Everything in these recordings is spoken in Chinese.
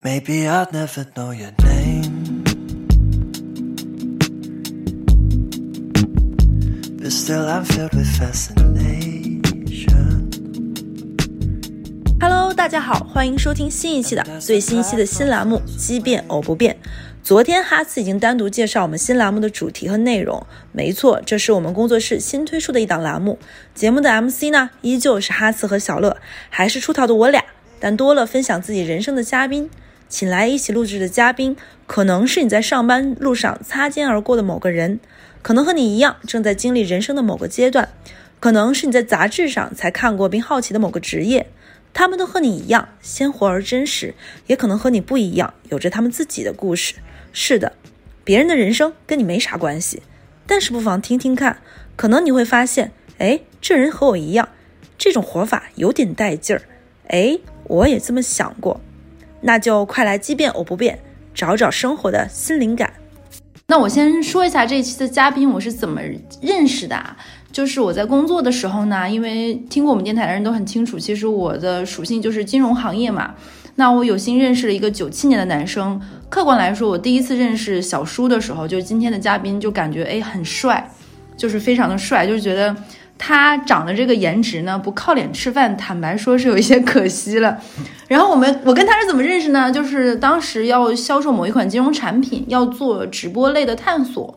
Maybe I'd never know your name. But still, I'm filled with fascination. Hello，大家好，欢迎收听新一期的最新一期的新栏目《奇变偶不变》。昨天哈茨已经单独介绍我们新栏目的主题和内容，没错，这是我们工作室新推出的一档栏目。节目的 MC 呢，依旧是哈茨和小乐，还是出逃的我俩，但多了分享自己人生的嘉宾。请来一起录制的嘉宾，可能是你在上班路上擦肩而过的某个人，可能和你一样正在经历人生的某个阶段，可能是你在杂志上才看过并好奇的某个职业。他们都和你一样鲜活而真实，也可能和你不一样，有着他们自己的故事。是的，别人的人生跟你没啥关系，但是不妨听听看，可能你会发现，哎，这人和我一样，这种活法有点带劲儿。哎，我也这么想过，那就快来激变偶不变，找找生活的新灵感。那我先说一下这一期的嘉宾我是怎么认识的啊？就是我在工作的时候呢，因为听过我们电台的人都很清楚，其实我的属性就是金融行业嘛。那我有幸认识了一个九七年的男生，客观来说，我第一次认识小叔的时候，就是今天的嘉宾，就感觉哎很帅，就是非常的帅，就是觉得他长的这个颜值呢，不靠脸吃饭，坦白说是有一些可惜了。 然后我们我跟他是怎么认识呢？就是当时要销售某一款金融产品，要做直播类的探索。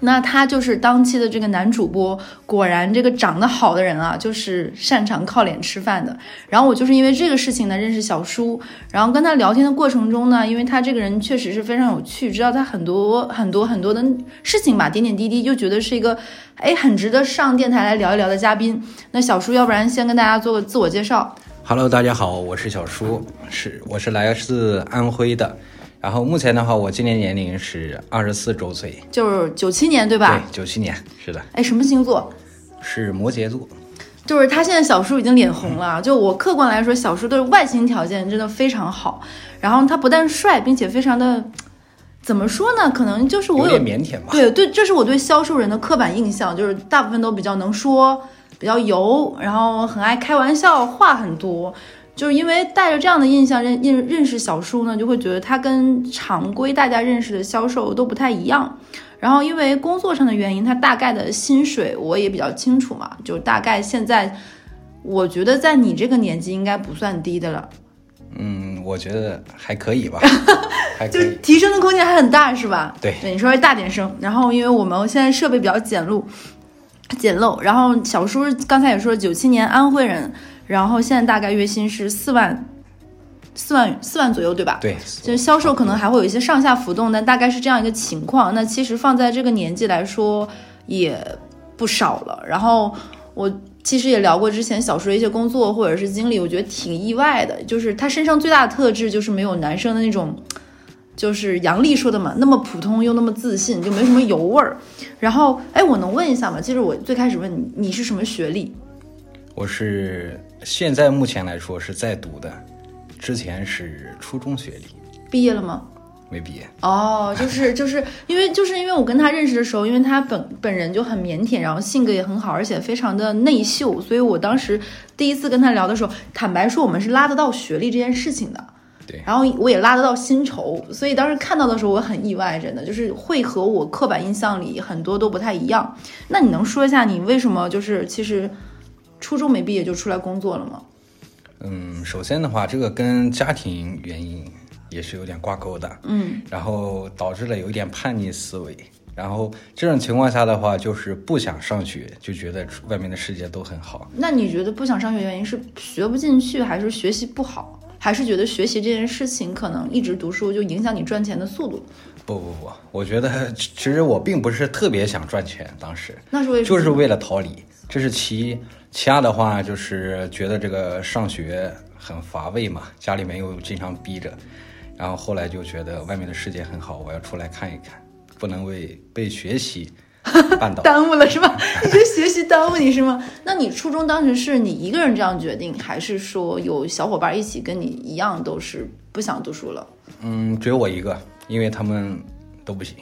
那他就是当期的这个男主播，果然这个长得好的人啊，就是擅长靠脸吃饭的。然后我就是因为这个事情呢认识小叔，然后跟他聊天的过程中呢，因为他这个人确实是非常有趣，知道他很多很多很多的事情吧，点点滴滴，就觉得是一个哎很值得上电台来聊一聊的嘉宾。那小叔，要不然先跟大家做个自我介绍。 Hello，大家好，我是小叔，是我是来自安徽的，然后目前的话，我今年年龄是二十四周岁，就是九七年对对吧？，九七年，是的，哎，什么星座？是摩羯座，就是他现在小叔已经脸红了，就我客观来说，小叔对外形条件真的非常好，然后他不但帅，并且非常的，怎么说呢？可能就是我有点腼腆吧，对对，这是我对销售人的刻板印象，就是大部分都比较能说，比较油，然后很爱开玩笑，话很多。就是因为带着这样的印象认认认识小叔呢，就会觉得他跟常规大家认识的销售都不太一样。然后因为工作上的原因，他大概的薪水我也比较清楚嘛，就大概现在，我觉得在你这个年纪应该不算低的了，嗯，我觉得还可 以吧，还就可是以，提升的空间还很大，是吧？对你稍微大点声。然后，因为我们现在设备比较简陋，简陋。然后小叔刚才也说，九七年安徽人，然后现在大概月薪是四万，四万四万左右，对吧？。对，就是销售可能还会有一些上下浮动，但大概是这样一个情况。那其实放在这个年纪来说也不少了。然后我其实也聊过之前小时候一些工作或者是经历，我觉得挺意外的。就是他身上最大的特质就是没有男生的那种，就是杨笠说的嘛，那么普通又那么自信，就没什么油味儿。然后，哎，我能问一下吗？其实我最开始问你，你是什么学历？我是现在目前来说是在读的，之前是初中学历，毕业了吗？没毕业，哦，就是就是因为就是因为我跟他认识的时候，因为他本本人就很腼腆，然后性格也很好，而且非常的内秀，所以我当时第一次跟他聊的时候，坦白说我们是拉得到学历这件事情的。对然后我也拉得到薪酬，所以当时看到的时候我很意外，真的就是会和我刻板印象里很多都不太一样。那你能说一下你为什么就是其实初中没毕业就出来工作了吗？嗯，首先的话，这个跟家庭原因也是有点挂钩的，嗯，然后导致了有一点叛逆思维，然后这种情况下的话，就是不想上学，就觉得出外面的世界都很好。那你觉得不想上学原因是学不进去，还是学习不好，还是觉得学习这件事情可能一直读书就影响你赚钱的速度？不不不，我觉得其其实我并不是特别想赚钱，当时那是为什就么？是为了逃离，这是其一。其二的话，就是觉得这个上学很乏味嘛，家里面又经常逼着，然后后来就觉得外面的世界很好，我要出来看一看，不能为被学习 绊倒。耽误了是吧？你觉得学习耽误你是吗？那你初中当时是你一个人这样决定，还是说有小伙伴一起跟你一样都是不想读书了？嗯，只有我一个，因为他们都不行。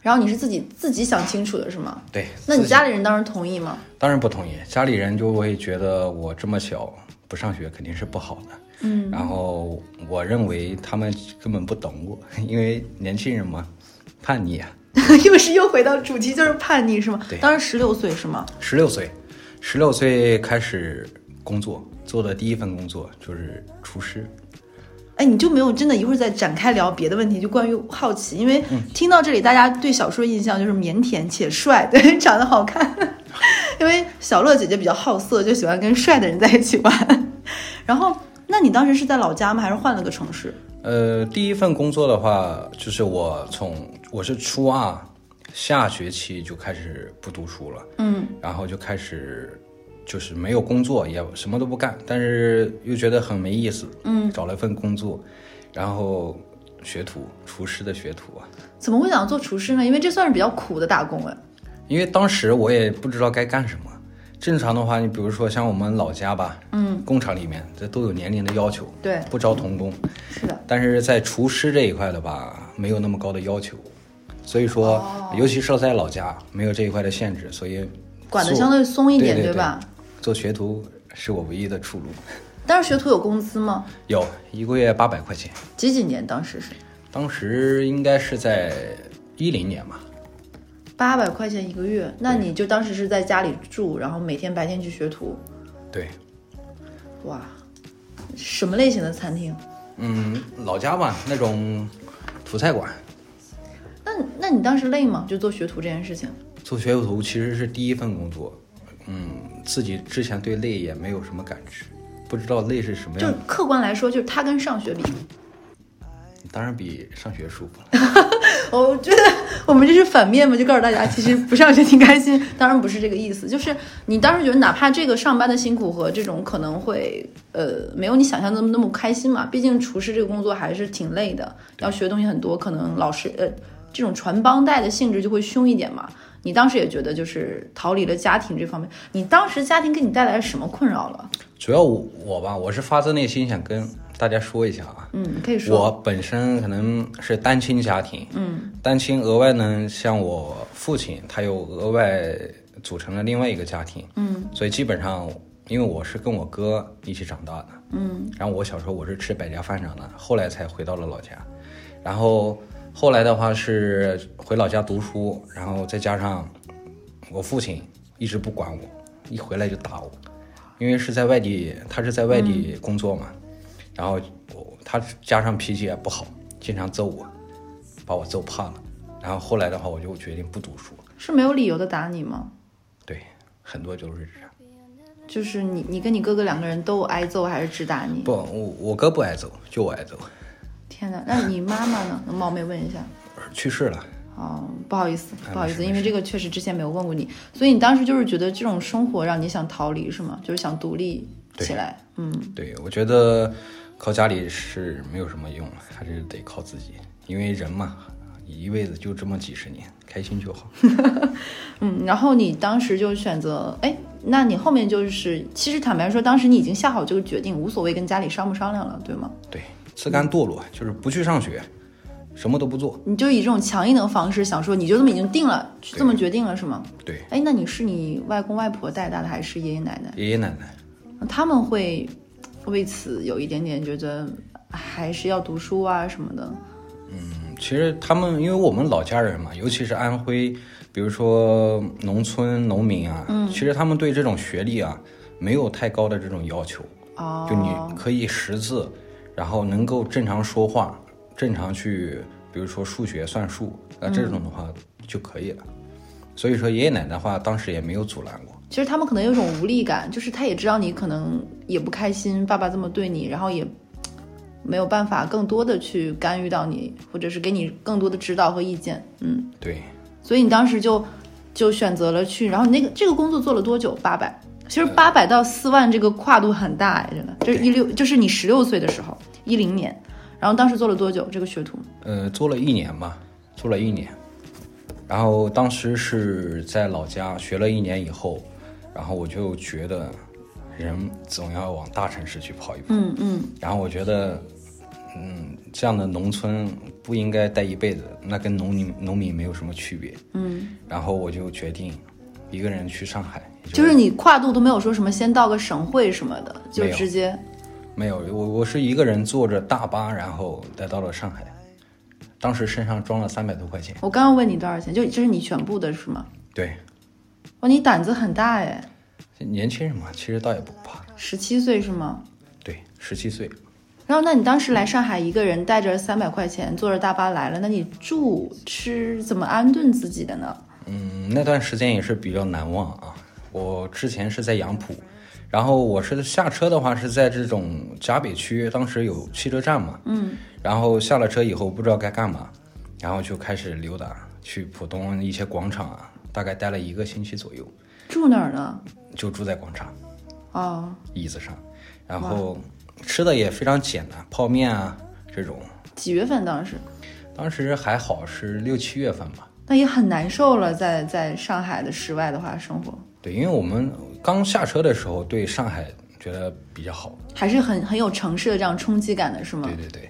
然后你是自己自己想清楚的是吗？对，那你自己家里人当时同意吗？ 当然不同意，家里人就会觉得我这么小不上学肯定是不好的，嗯，然后我认为他们根本不懂我， 因为年轻人嘛，叛逆啊，又是又回到主题，就是叛逆是吗对？当时十六岁是吗？十六岁，十六岁开始工作，做的第一份工作就是厨师。哎，你就没有真的一会儿再展开聊别的问题，就关于好奇，因为听到这里，大家对小叔的印象就是腼腆且帅， 对，长得好看。因为小乐姐姐比较好色，就喜欢跟帅的人在一起玩。 然后，那你当时是在老家吗？还是换了个城市？呃，第一份工作的话，就是我从我是初二下学期就开始不读书了，嗯，然后就开始就是没有工作，也什么都不干，但是又觉得很没意思，嗯，找了一份工作，然后学徒，厨师的学徒啊，怎么会想做厨师呢？因为这算是比较苦的打工哎。因为当时我也不知道该干什么。正常的话，你比如说像我们老家吧，嗯，工厂里面这都有年龄的要求，对不招童工，是的，但是在厨师这一块的吧，没有那么高的要求，所以说，哦尤其是在老家，没有这一块的限制，所以管得做相对松一点对对吧？做学徒是我唯一的出路，当时学徒有工资吗？有一个月八百块钱，几几年？当时是当时应该是在一零年吧，八百块钱一个月。那你就当时是在家里住，然后每天白天去学徒。对，哇，什么类型的餐厅？嗯，老家吧那种土菜馆，那那你当时累吗？就做学徒这件事情？做学徒其实是第一份工作，嗯，自己之前对累也没有什么感知，不知道累是什么就样是的，客观来说，就是它跟上学比，当然比上学舒服了。哦我觉得我们这是反面嘛，就告诉大家，其实不上学挺开心。当然不是这个意思，就是你当时觉得，哪怕这个上班的辛苦和这种可能会呃没有你想象那么那么开心嘛，毕竟厨师这个工作还是挺累的，要学东西很多，可能老师呃这种传帮带的性质就会凶一点嘛。你当时也觉得就是逃离了家庭这方面，你当时家庭给你带来了什么困扰了？主要我我吧，我是发自内心想跟大家说一下啊，嗯，你可以说我本身可能是单亲家庭，嗯，单亲额外呢，像我父亲他又额外组成了另外一个家庭，嗯，所以基本上因为我是跟我哥一起长大的，嗯，然后我小时候我是吃百家饭长的，后来才回到了老家，然后后来的话是回老家读书，然后再加上我父亲一直不管我，一回来就打我，因为是在外地，他是在外地工作嘛，然后我他加上脾气也不好，经常揍我，把我揍怕了。然后后来的话，我就决定不读书。是没有理由的打你吗？对，很多就是这样。就是你，你跟你哥哥两个人都挨揍，还是只打你？不，我我哥不挨揍，就我挨揍。天哪！那你妈妈呢？能冒昧问一下？去世了，哦，不好意思，哎不好意思，没事因为这个确实之前没有问过你，所以你当时就是觉得这种生活让你想逃离是吗？就是想独立起来，嗯，对我觉得靠家里是没有什么用，还是得靠自己。因为人嘛，一辈子就这么几十年，开心就好。 嗯，然后你当时就选择，哎，那你后面就是，其实坦白说，当时你已经下好这个决定，无所谓跟家里商不商量了，对吗？对，自甘堕落就是不去上学，什么都不做。你就以这种强硬的方式想说，你就这么已经定了，这么决定了是吗？对，哎，那你是你外公外婆带大的，还是爷爷奶奶？爷爷奶奶。他们会为此有一点点觉得还是要读书啊什么的。其实他们，因为我们老家人嘛，尤其是安徽，比如说农村农民啊，其实他们对这种学历啊，没有太高的这种要求。哦，就你可以识字，然后能够正常说话，正常去，比如说数学算术，那这种的话就可以了。所以说爷爷奶奶的话，当时也没有阻拦过。其实他们可能有一种无力感，就是他也知道你可能也不开心，爸爸这么对你，然后也没有办法更多的去干预到你，或者是给你更多的指导和意见。嗯，对，所以你当时就就选择了去，然后你那个这个工作做了多久？八百。其实八百到四万这个跨度很大哎，真的，这是一六，这是你十六岁的时候，一零年，然后当时做了多久这个学徒？呃，做了一年吧，做了一年，然后当时是在老家学了一年以后，然后我就觉得人总要往大城市去跑一跑，嗯嗯，然后我觉得，嗯，这样的农村不应该待一辈子，那跟农民农民没有什么区别，嗯，然后我就决定一个人去上海，也就是你跨度都没有说什么先到个省会什么的，就没有直接没有，我我是一个人坐着大巴，然后来到了上海，当时身上装了三百多块钱。我刚刚问你多少钱，就这是你全部的是吗？对，哇，你胆子很大哎，年轻人嘛，其实倒也不怕。十七岁是吗？对，十七岁，然后，那你当时来上海一个人带着三百块钱坐着大巴来了，那你住吃怎么安顿自己的呢？嗯，那段时间也是比较难忘啊。我之前是在杨浦，然后我是下车的话是在这种闸北区，当时有汽车站嘛，嗯，然后下了车以后不知道该干嘛，然后就开始溜达，去浦东一些广场啊，大概待了一个星期左右，住哪儿呢？就住在广场哦，椅子上，然后吃的也非常简单，泡面啊这种，几月份当时？当时还好是六七月份吧，那也很难受了，在在上海的室外的话，生活对，因为我们刚下车的时候对上海觉得比较好，还是很很有城市的这样冲击感的，是吗对？对对，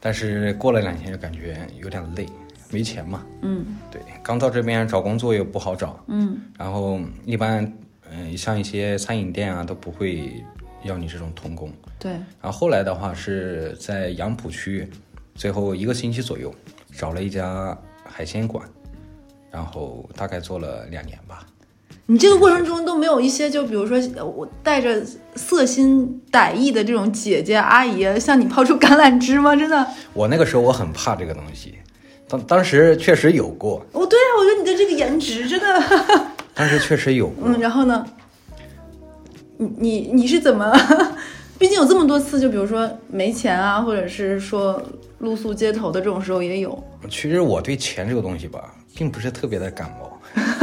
但是过了两天就感觉有点累，没钱嘛，嗯对，刚到这边找工作又不好找，嗯，然后一般嗯、像一些餐饮店啊都不会要你这种童工，对，然后后来的话是在杨浦区，最后一个星期左右找了一家海鲜馆，然后大概做了两年吧，你这个过程中都没有一些，就比如说呃我带着色心歹意的这种姐姐阿姨向你抛出橄榄枝吗？真的，我那个时候我很怕这个东西，当当时确实有过，哦，对啊，我觉得你的这个颜值真的。 当时确实有过，嗯，然后呢？你你你是怎么？ 毕竟有这么多次，就比如说没钱啊，或者是说露宿街头的这种时候也有。其实我对钱这个东西吧，并不是特别的感冒，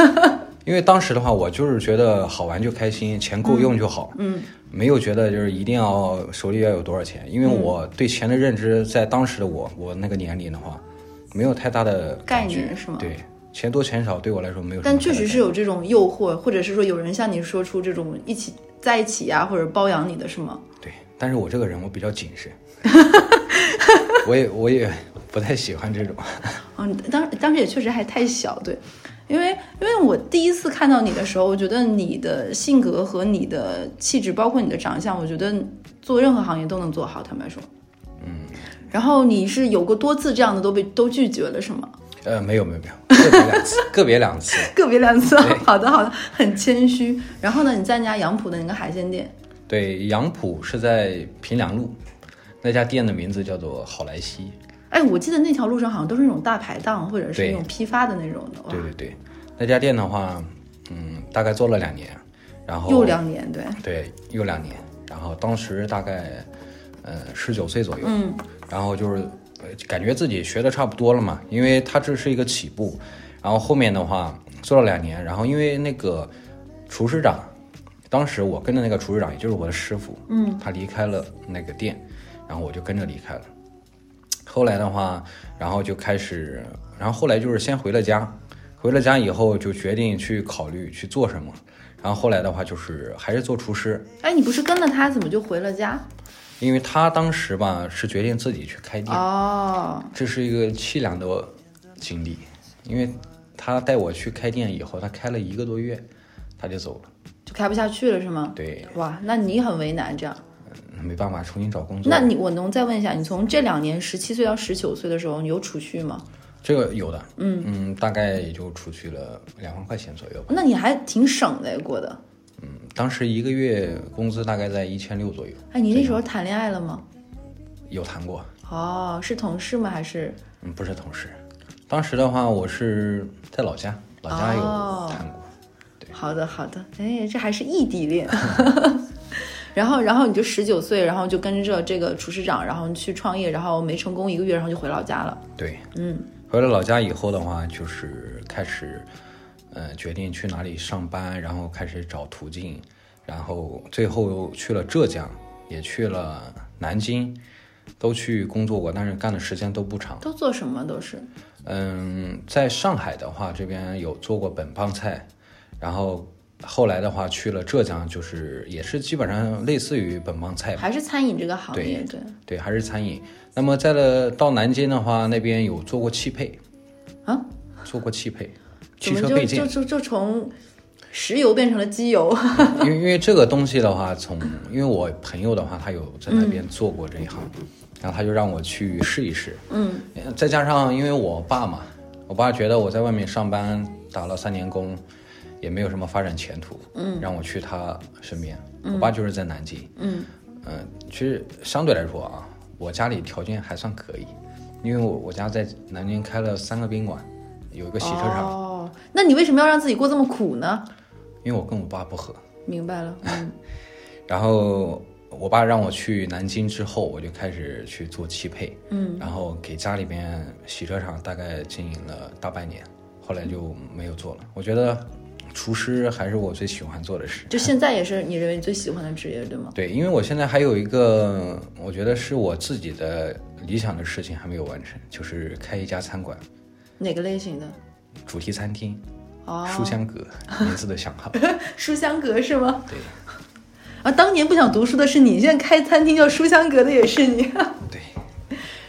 因为当时的话，我就是觉得好玩就开心，钱够用就好，嗯，没有觉得就是一定要手里要有多少钱，因为我对钱的认知，在当时的我，我那个年龄的话，没有太大的感觉概念是吗对，钱多钱少对我来说没有什么太大但的感觉，确实是有这种诱惑，或者是说有人向你说出这种一起在一起呀、啊或者包养你的是吗？对，但是我这个人我比较谨 慎，我也我也不太喜欢这种，嗯，当当时也确实还太小，对，因为因为我第一次看到你的时候，我觉得你的性格和你的气质，包括你的长相，我觉得做任何行业都能做好，坦白说。嗯。然后你是有过多次这样的都被都拒绝了是吗？呃，没有没有没有，个别 两次，个别两次。个别两次， 好的好的，很谦虚。然后呢，你在那家杨浦的那个海鲜店，对，杨浦是在平凉路，那家店的名字叫做好来西。哎，我记得那条路上好像都是那种大排档或者是那种对批发的那种的，哇对，对对，那家店的话，嗯，大概做了两年，然后又两年，对，对又两年，然后当时大概呃十九岁左右，嗯，然后就是呃感觉自己学的差不多了嘛，因为它这是一个起步，然后后面的话做了两年，然后因为那个厨师长，当时我跟着那个厨师长，也就是我的师傅，嗯，他离开了那个店，然后我就跟着离开了。后来的话，然后就开始，然后后来就是先回了家，回了家以后就决定去考虑去做什么，然后后来的话就是还是做厨师，哎，你不是跟了他，怎么就回了家？因为他当时吧是决定自己去开店，哦，这是一个凄凉的经历，因为他带我去开店以后，他开了一个多月，他就走了，就开不下去了是吗？对，哇，那你很为难这样。没办法重新找工作。那你我能再问一下，你从这两年十七岁到十九岁的时候，你有储蓄吗？这个有的，嗯嗯，大概也就出去了两万块钱左右吧，那你还挺省的过的。嗯，当时一个月工资大概在一千六左右，哎，你那时候谈恋爱了吗？有谈过。哦，是同事吗？还是嗯，不是同事。当时的话，我是在老家，老家有哦谈过。好的好的，哎，这还是异地 恋。 然后，然后你就十九岁，然后就跟着这个厨师长，然后去创业，然后没成功一个月，然后就回老家了。对，嗯，回了老家以后的话，就是开始，呃，决定去哪里上班，然后开始找途径，然后最后去了浙江，也去了南京，都去工作过，但是干的时间都不长。都做什么都是嗯，在上海的话，这边有做过本帮菜，然后呃后来的话去了浙江，就是也是基本上类似于本帮菜吧。还是餐饮这个行业？对哎对，还是餐饮。那么在了到南京的话，那边有做过汽配，啊，做过汽配，怎汽么车就配件就。就就从石油变成了机油。因为因为这个东西的话，从因为我朋友的话，他有在那边做过这一行，然后他就让我去试一试。嗯，再加上因为我爸嘛，我爸觉得我在外面上班打了三年工，也没有什么发展前途，嗯，让我去他身边。嗯我爸就是在南京，嗯其实相对来说啊，我家里条件还算可以，因为我我家在南京开了三个宾馆，有一个洗车场，哦，那你为什么要让自己过这么苦呢？因为我跟我爸不合。明白了，嗯，然后我爸让我去南京之后，我就开始去做汽配，嗯，然后给家里边洗车场大概经营了大半年，后来就没有做了。我觉得厨师还是我最喜欢做的事。就现在也是你认为你最喜欢的职业，对吗？对，因为我现在还有一个，我觉得是我自己的理想的事情还没有完成，就是开一家餐馆，哪个类型的？主题餐厅，哦，书香阁，名字都想好。书香阁是吗？对啊，当年不想读书的是你，现在开餐厅叫书香阁的也是你。 对，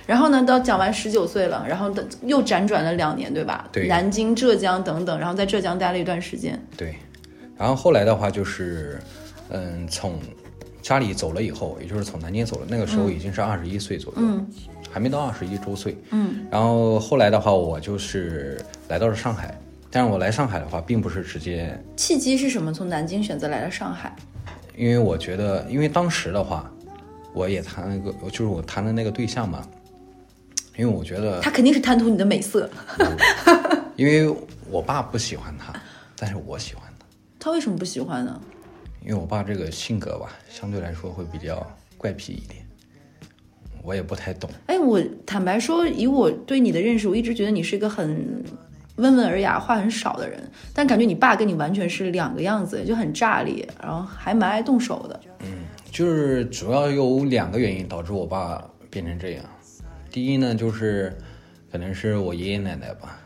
然后呢，到讲完十九岁了，然后等又辗转了两年，对吧？对南京、浙江等等，然后在浙江待了一段时间。对，然后后来的话就是，嗯，从家里走了以后，也就是从南京走了，那个时候已经是二十一岁左右，嗯、还没到二十一周岁。嗯，然后后来的话，我就是来到了上海，但是我来上海的话，并不是直接，契机是什么？从南京选择来了上海。因为我觉得，因为当时的话，我也谈了一个，就是我谈的那个对象嘛，因为我觉得他，肯定是贪图你的美色，因为我爸不喜欢他，但是我喜欢他，他为什么不喜欢呢？因为我爸这个性格吧，相对来说会比较怪癖一点，我也不太懂。哎，我坦白说，以我对你的认识，我一直觉得你是一个很温文尔雅、话很少的人，但感觉你爸跟你完全是两个样子，就很炸裂，然后还蛮爱动手的。就是主要有两个原因导致我爸变成这样，第一呢就是可能是我爷爷奶奶吧，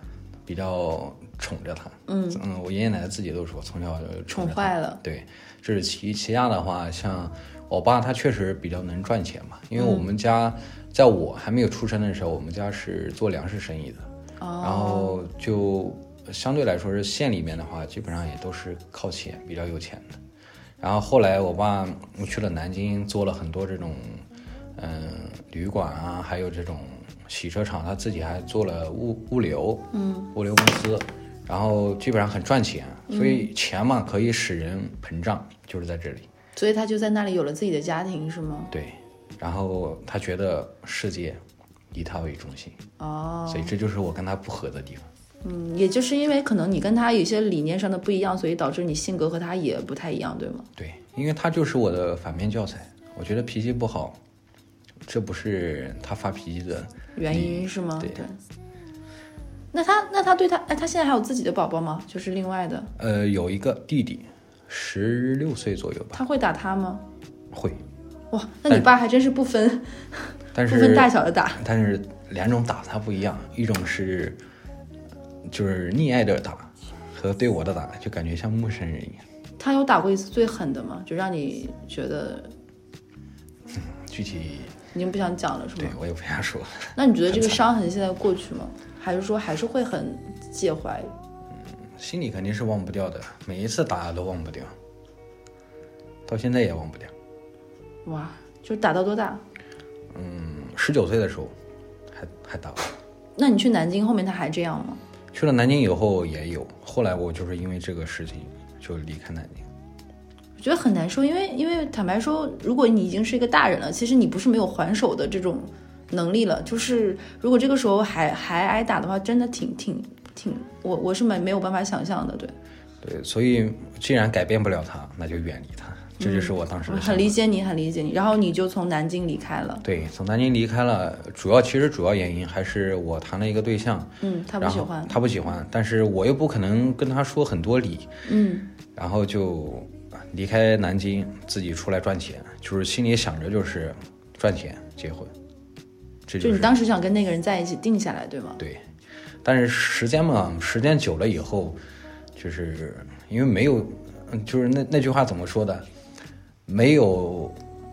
比较宠着他。嗯我爷爷奶奶自己都说从小就宠着他坏了对，这是其一，其二的话，像我爸他确实比较能赚钱嘛，因为我们家在我还没有出生的时候，我们家是做粮食生意的。然后就相对来说是县里面的话，基本上也都是靠前，比较有钱的。然后后来我爸嗯去了南京，做了很多这种，嗯、旅馆啊，还有这种洗车场，他自己还做了物物流，嗯，物流公司，然后基本上很赚钱，所以钱嘛可以使人膨胀，就是在这里。所以他就在那里有了自己的家庭，是吗？对，然后他觉得世界以他为中心，哦，所以这就是我跟他不合的地方。嗯，也就是因为可能你跟他有些理念上的不一样，所以导致你性格和他也不太一样，对吗？对，因为他就是我的反面教材。我觉得脾气不好，这不是他发脾气的原因理是吗？对那他那他对他哎，他现在还有自己的宝宝吗？就是另外的，呃，有一个弟弟，十六岁左右吧，他会打他吗？会，哇，那你但爸还真是不分但不哎是分大小的打，但是两种打他不一样，一种是就是溺爱的打，和对我的打就感觉像陌生人一样。他有打过一次最狠的吗？就让你觉得具体已经不想讲了，是对吗？我也不想说了，那你觉得这个伤痕现在过去吗？还是说还是会很介怀？心里肯定是忘不掉的，每一次打都忘不掉，到现在也忘不掉。哇，就打到多大？嗯，十九岁的时候还还打我。那你去南京后面他还这样吗？去了南京以后也有，后来我就是因为这个事情就离开南京。我觉得很难说，因为因为坦白说，如果你已经是一个大人了，其实你不是没有还手的这种能力了。就是如果这个时候还还挨打的话，真的挺挺挺，我我是没没有办法想象的，对，对，所以既然改变不了他，那就远离他，这就是我当时的嗯想法。很理解你，很理解你。然后你就从南京离开了，对，从南京离开了，主要其实主要原因还是我谈了一个对象，嗯，他不然喜后欢，他不喜欢，但是我又不可能跟他说很多理，嗯，然后就离开南京，自己出来赚钱，就是心里想着就是赚钱结婚，这就是你当时想跟那个人在一起定下来，对吗？对，但是时间嘛，时间久了以后，就是因为没有，嗯就是那那句话怎么说的？没有，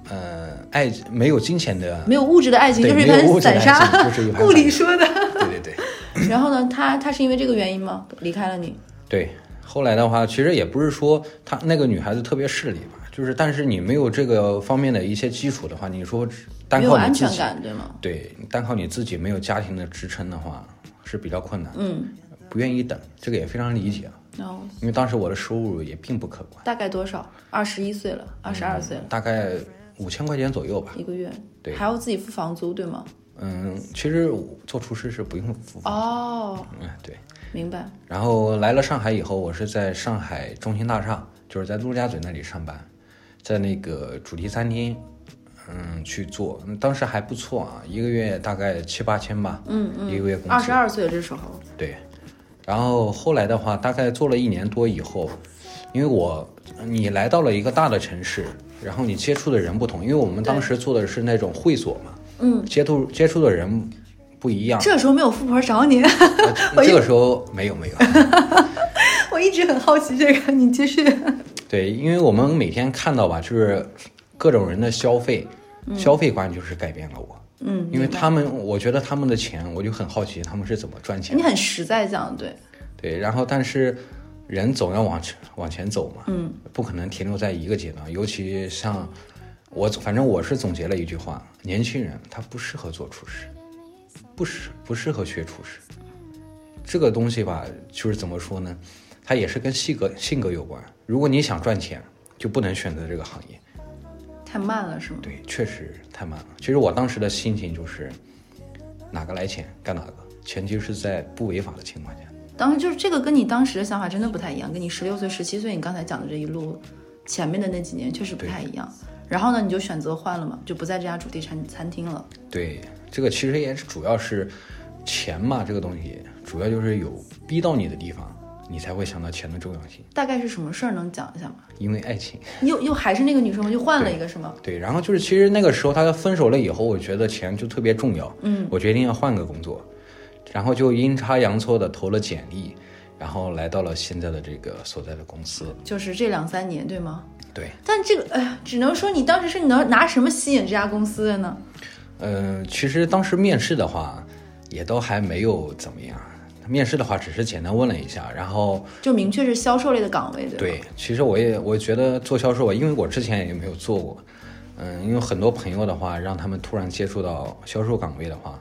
呃，爱没有金钱的，没有物质的爱情对就是一没有物盘质的散爱沙，情 就是一盘顾里散说的。对对对然后呢，他他是因为这个原因吗？离开了你？对，后来的话，其实也不是说她那个女孩子特别势利吧，就是但是你没有这个方面的一些基础的话，你说只单没有靠安你自全己，感，对吗？对，单靠你自己没有家庭的支撑的话是比较困难的，嗯，不愿意等，这个也非常理解啊，然后因为当时我的收入也并不可观，大概多少？二十一岁了，二十二岁了，大概五千块钱左右吧。一个月，嗯对还要自己付房租，对吗？嗯，其实我做厨师是不用付房哦，租，嗯，对。明白。然后来了上海以后，我是在上海中心大厦，就是在陆家嘴那里上班，在那个主题餐厅，嗯，去做，嗯当时还不错啊，一个月大概七八千吧，嗯嗯，一个月工资，二十二岁这时候，对，然后后来的话，大概做了一年多以后，因为我你来到了一个大的城市，然后你接触的人不同，因为我们当时做的是那种会所嘛，嗯，接触接触的人不一样，这时候 没有富婆找你， 呃这个时候没有没有，我一直很好奇这个，你继续。对，因为我们每天看到吧，就是各种人的消费，消费观就是改变了我。嗯，因为他们，我觉得他们的钱，我就很好奇他们是怎么赚钱 你的。很实在讲，对，对，然后但是人总要往前往前走嘛，嗯，不可能停留在一个阶段。尤其像我，反正我是总结了一句话：年轻人他不适合做厨师，不适不适合学厨师。这个东西吧，就是怎么说呢？它也是跟性格性格有关。如果你想赚钱，就不能选择这个行业。太慢了是吗？对，确实太慢了。其实我当时的心情就是，哪个来钱干哪个，前提是在不违法的情况下。当时就是这个跟你当时的想法真的不太一样，跟你十六岁、十七岁你刚才讲的这一路前面的那几年确实不太一样。然后呢，你就选择换了嘛，就不在这家主题餐餐厅了。对，这个其实也是主要是钱嘛，这个东西主要就是有逼到你的地方，你才会想到钱的重要性，大概是什么事儿能讲一下吗？因为爱情。又又还是那个女生吗？就换了一个是吗？对，然后就是其实那个时候他分手了以后，我觉得钱就特别重要，嗯，我决定要换个工作，然后就阴差阳错的投了简历，然后来到了现在的这个所在的公司。就是这两三年对吗？对，但这个哎呀，只能说你当时是你能拿什么吸引这家公司的呢？嗯、其实当时面试的话，也都还没有怎么样。面试的话，只是简单问了一下，然后就明确是销售类的岗位对吧？对，其实我也我觉得做销售啊，因为我之前也没有做过，嗯，因为很多朋友的话，让他们突然接触到销售岗位的话，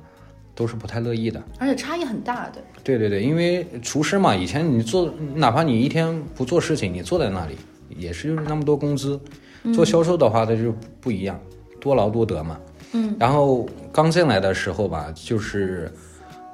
都是不太乐意的。而且差异很大的。对对对，因为厨师嘛，以前你做，哪怕你一天不做事情，你坐在那里也是就是那么多工资。嗯做销售的话，它就不一样，多劳多得嘛。嗯。然后刚进来的时候吧，就是，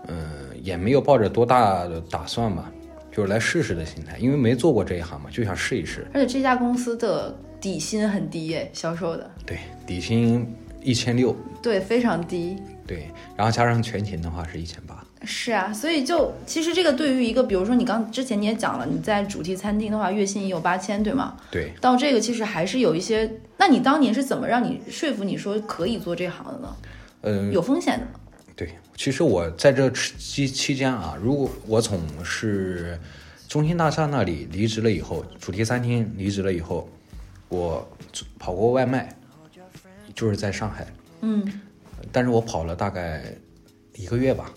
嗯、也没有抱着多大的打算吧，就是来试试的心态，因为没做过这一行嘛，就想试一试。而且这家公司的底薪很低诶，销售的，对，底薪一千六，对，非常低。对，然后加上全勤的话是一千八，是啊，所以就其实这个对于一个，比如说你刚之前你也讲了，你在主题餐厅的话，月薪也有八千，对吗？对，到这个其实还是有一些，那你当年是怎么让你说服你说可以做这行的呢？嗯、有风险的吗？对，其实我在这期期间啊，如果我从是中心大厦那里离职了以后，主题餐厅离职了以后，我跑过外卖，就是在上海，嗯，但是我跑了大概一个月吧，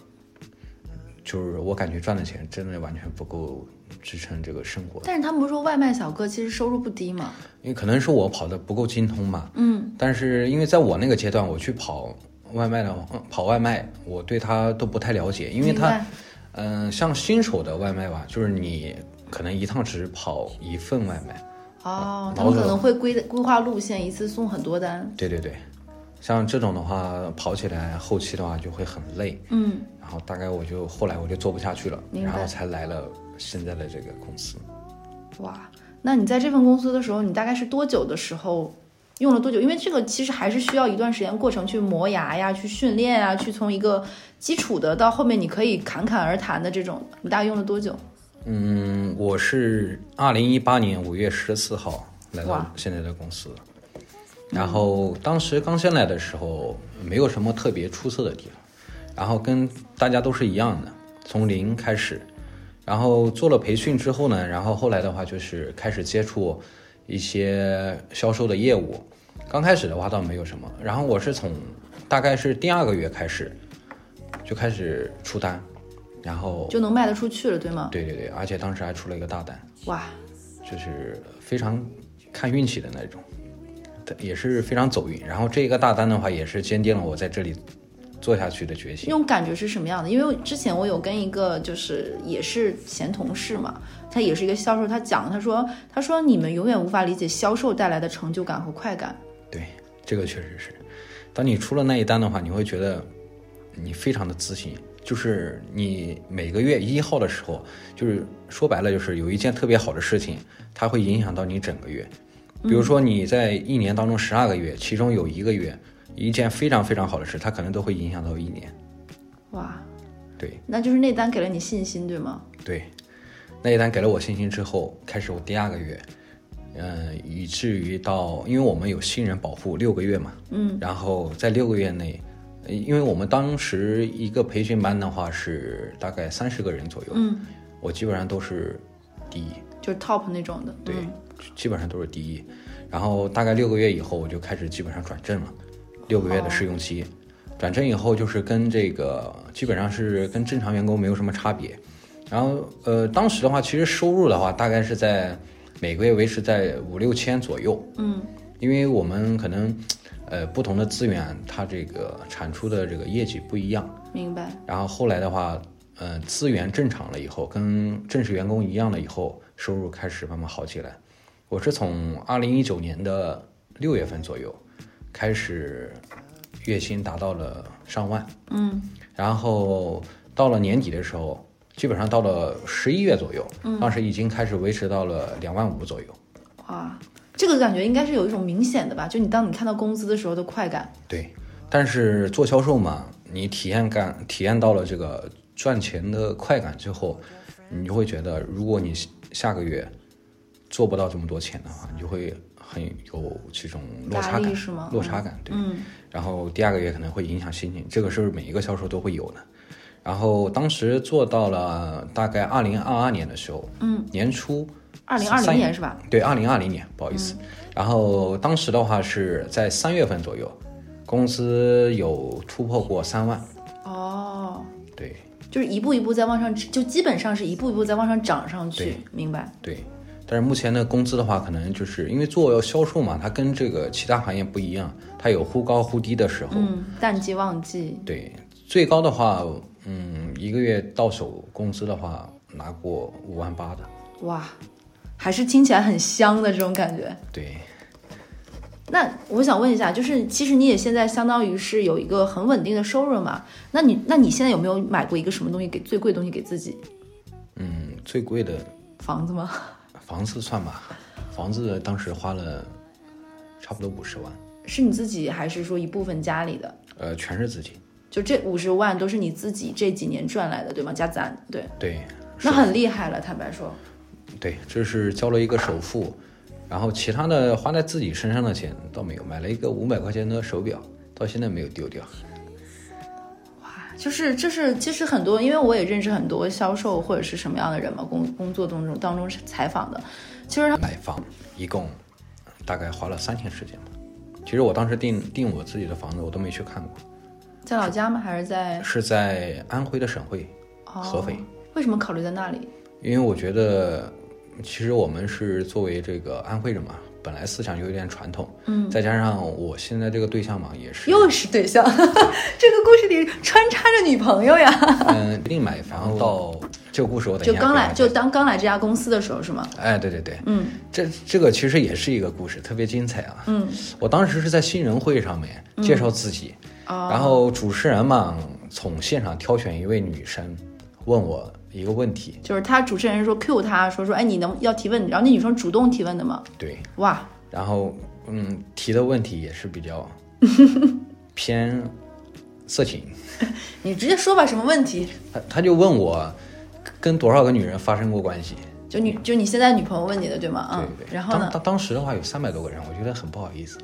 就是我感觉赚的钱真的完全不够支撑这个生活，但是他们不是说外卖小哥其实收入不低嘛？因为可能是我跑的不够精通嘛，嗯，但是因为在我那个阶段，我去跑外卖的话，嗯跑外卖，我对它都不太了解，因为明它白，嗯、像新手的外卖吧，就是你可能一趟只跑一份外卖，哦，他们可能会规规划路线，一次送很多单。对对对，像这种的话，跑起来后期的话就会很累，嗯，然后大概我就后来我就做不下去了，明白然后才来了现在的这个公司。哇，那你在这份公司的时候，你大概是多久的时候用了多久？因为这个其实还是需要一段时间过程去磨牙呀，去训练啊，去从一个基础的到后面你可以侃侃而谈的这种，你大概用了多久？嗯，我是二零一八年五月十四号来到哇现在的公司，然后当时刚进来的时候没有什么特别出色的地方，然后跟大家都是一样的，从零开始，然后做了培训之后呢，然后后来的话就是开始接触一些销售的业务，刚开始的话倒没有什么，然后我是从大概是第二个月开始就开始出单，然后就能卖得出去了，对吗？对对对，而且当时还出了一个大单，哇，就是非常看运气的那种，但也是非常走运。然后这个大单的话，也是坚定了我在这里做下去的决那心。种感觉是什么样的？因为我之前我有跟一个就是也是前同事嘛，他也是一个销售，他讲他说他说你们永远无法理解销售带来的成就感和快感，对，这个确实是。当你出了那一单的话，你会觉得你非常的自信，就是你每个月一号的时候，就是说白了，就是有一件特别好的事情，它会影响到你整个月。比如说你在一年当中十二个月，其中有一个月一件非常非常好的事，它可能都会影响到一年。哇，对那就是那单给了你信心，对吗？对，那一单给了我信心之后，开始我第二个月，嗯、以至于到，因为我们有新人保护六个月嘛，嗯，然后在六个月内，呃因为我们当时一个培训班的话是大概三十个人左右，嗯，我基本上都是第一，就是 top 那种的，对，嗯基本上都是第一。然后大概六个月以后，我就开始基本上转正了，六个月的试用期。转正以后就是跟这个基本上是跟正常员工没有什么差别。然后呃，当时的话，其实收入的话，大概是在每个月维持在五六千左右。嗯，因为我们可能呃不同的资源，它这个产出的这个业绩不一样。明白。然后后来的话，呃，资源正常了以后，跟正式员工一样了以后，收入开始慢慢好起来。我是从二零一九年的六月份左右开始，月薪达到了上万，嗯，然后到了年底的时候，基本上到了十一月左右，当时已经开始维持到了两万五左右。哇，这个感觉应该是有一种明显的吧？就你当你看到工资的时候的快感，对，但是做销售嘛，你体验感体验到了这个赚钱的快感之后，你就会觉得，如果你下下个月做不到这么多钱的话，你就会很有这种落差压力感，是吗嗯落差感，对。然后第二个月可能会影响心情，这个是每一个销售都会有的。然后当时做到了大概二零二二年的时候，嗯，年初，二零二零三年是吧？嗯对，二零二零年，不好意思。然后当时的话是在三月份左右，公司有突破过三万，哦，对就是一步一步在往上，就基本上是一步一步在往上涨上去对，明白？对。但是目前的工资的话，可能就是因为做销售嘛，它跟这个其他行业不一样，它有忽高忽低的时候。嗯，淡季旺季，对，最高的话，嗯，一个月到手工资的话，拿过五万八的。哇，还是听起来很香的这种感觉。对，那我想问一下，就是其实你也现在相当于是有一个很稳定的收入嘛？那你那你现在有没有买过一个什么东西给最贵的东西给自己？嗯，最贵的房子吗？ 房子算吧，房子当时花了差不多五十万，是你自己还是说一部分家里的？呃，全是自己。就这五十万都是你自己这几年赚来的，对吗？加攒，对，对，那很厉害了。坦白说，对，这是交了一个首付，然后其他的花在自己身上的钱倒没有，买了一个五百块钱的手表，到现在没有丢掉。就是这是其实很多，因为我也认识很多销售或者是什么样的人嘛，工工作当中当中采访的，其实他买房一共大概花了三天时间吧。其实我当时定定我自己的房子，我都没去看过，在老家吗？还是在是在安徽的省会合肥，为什么考虑在那里？因为我觉得其实我们是作为这个安徽人嘛，本来思想就有点传统，嗯，再加上我现在这个对象嘛，也是又是对象， 这个故事里穿插着女朋友呀。嗯，定买房到这个故事我等就一下刚给大来，家就当刚来这家公司的时候是吗？哎，对对对，嗯，这这个其实也是一个故事，特别精彩啊。嗯，我当时是在新人会上面嗯介绍自己，哦然后主持人嘛从现场挑选一位女生，问我一个问题，就是他主持人说 Q 他说说，哎，你能要提问，然后那女生主动提问的吗？对，哇，然后嗯提的问题也是 比较偏色情，你直接说吧，什么问题？他他就问我跟多少个女人发生过关系，就女就你现在女朋友问你的对吗？对嗯，对对。然后呢当？当当时的话有三百多个人，我觉得很不好意思。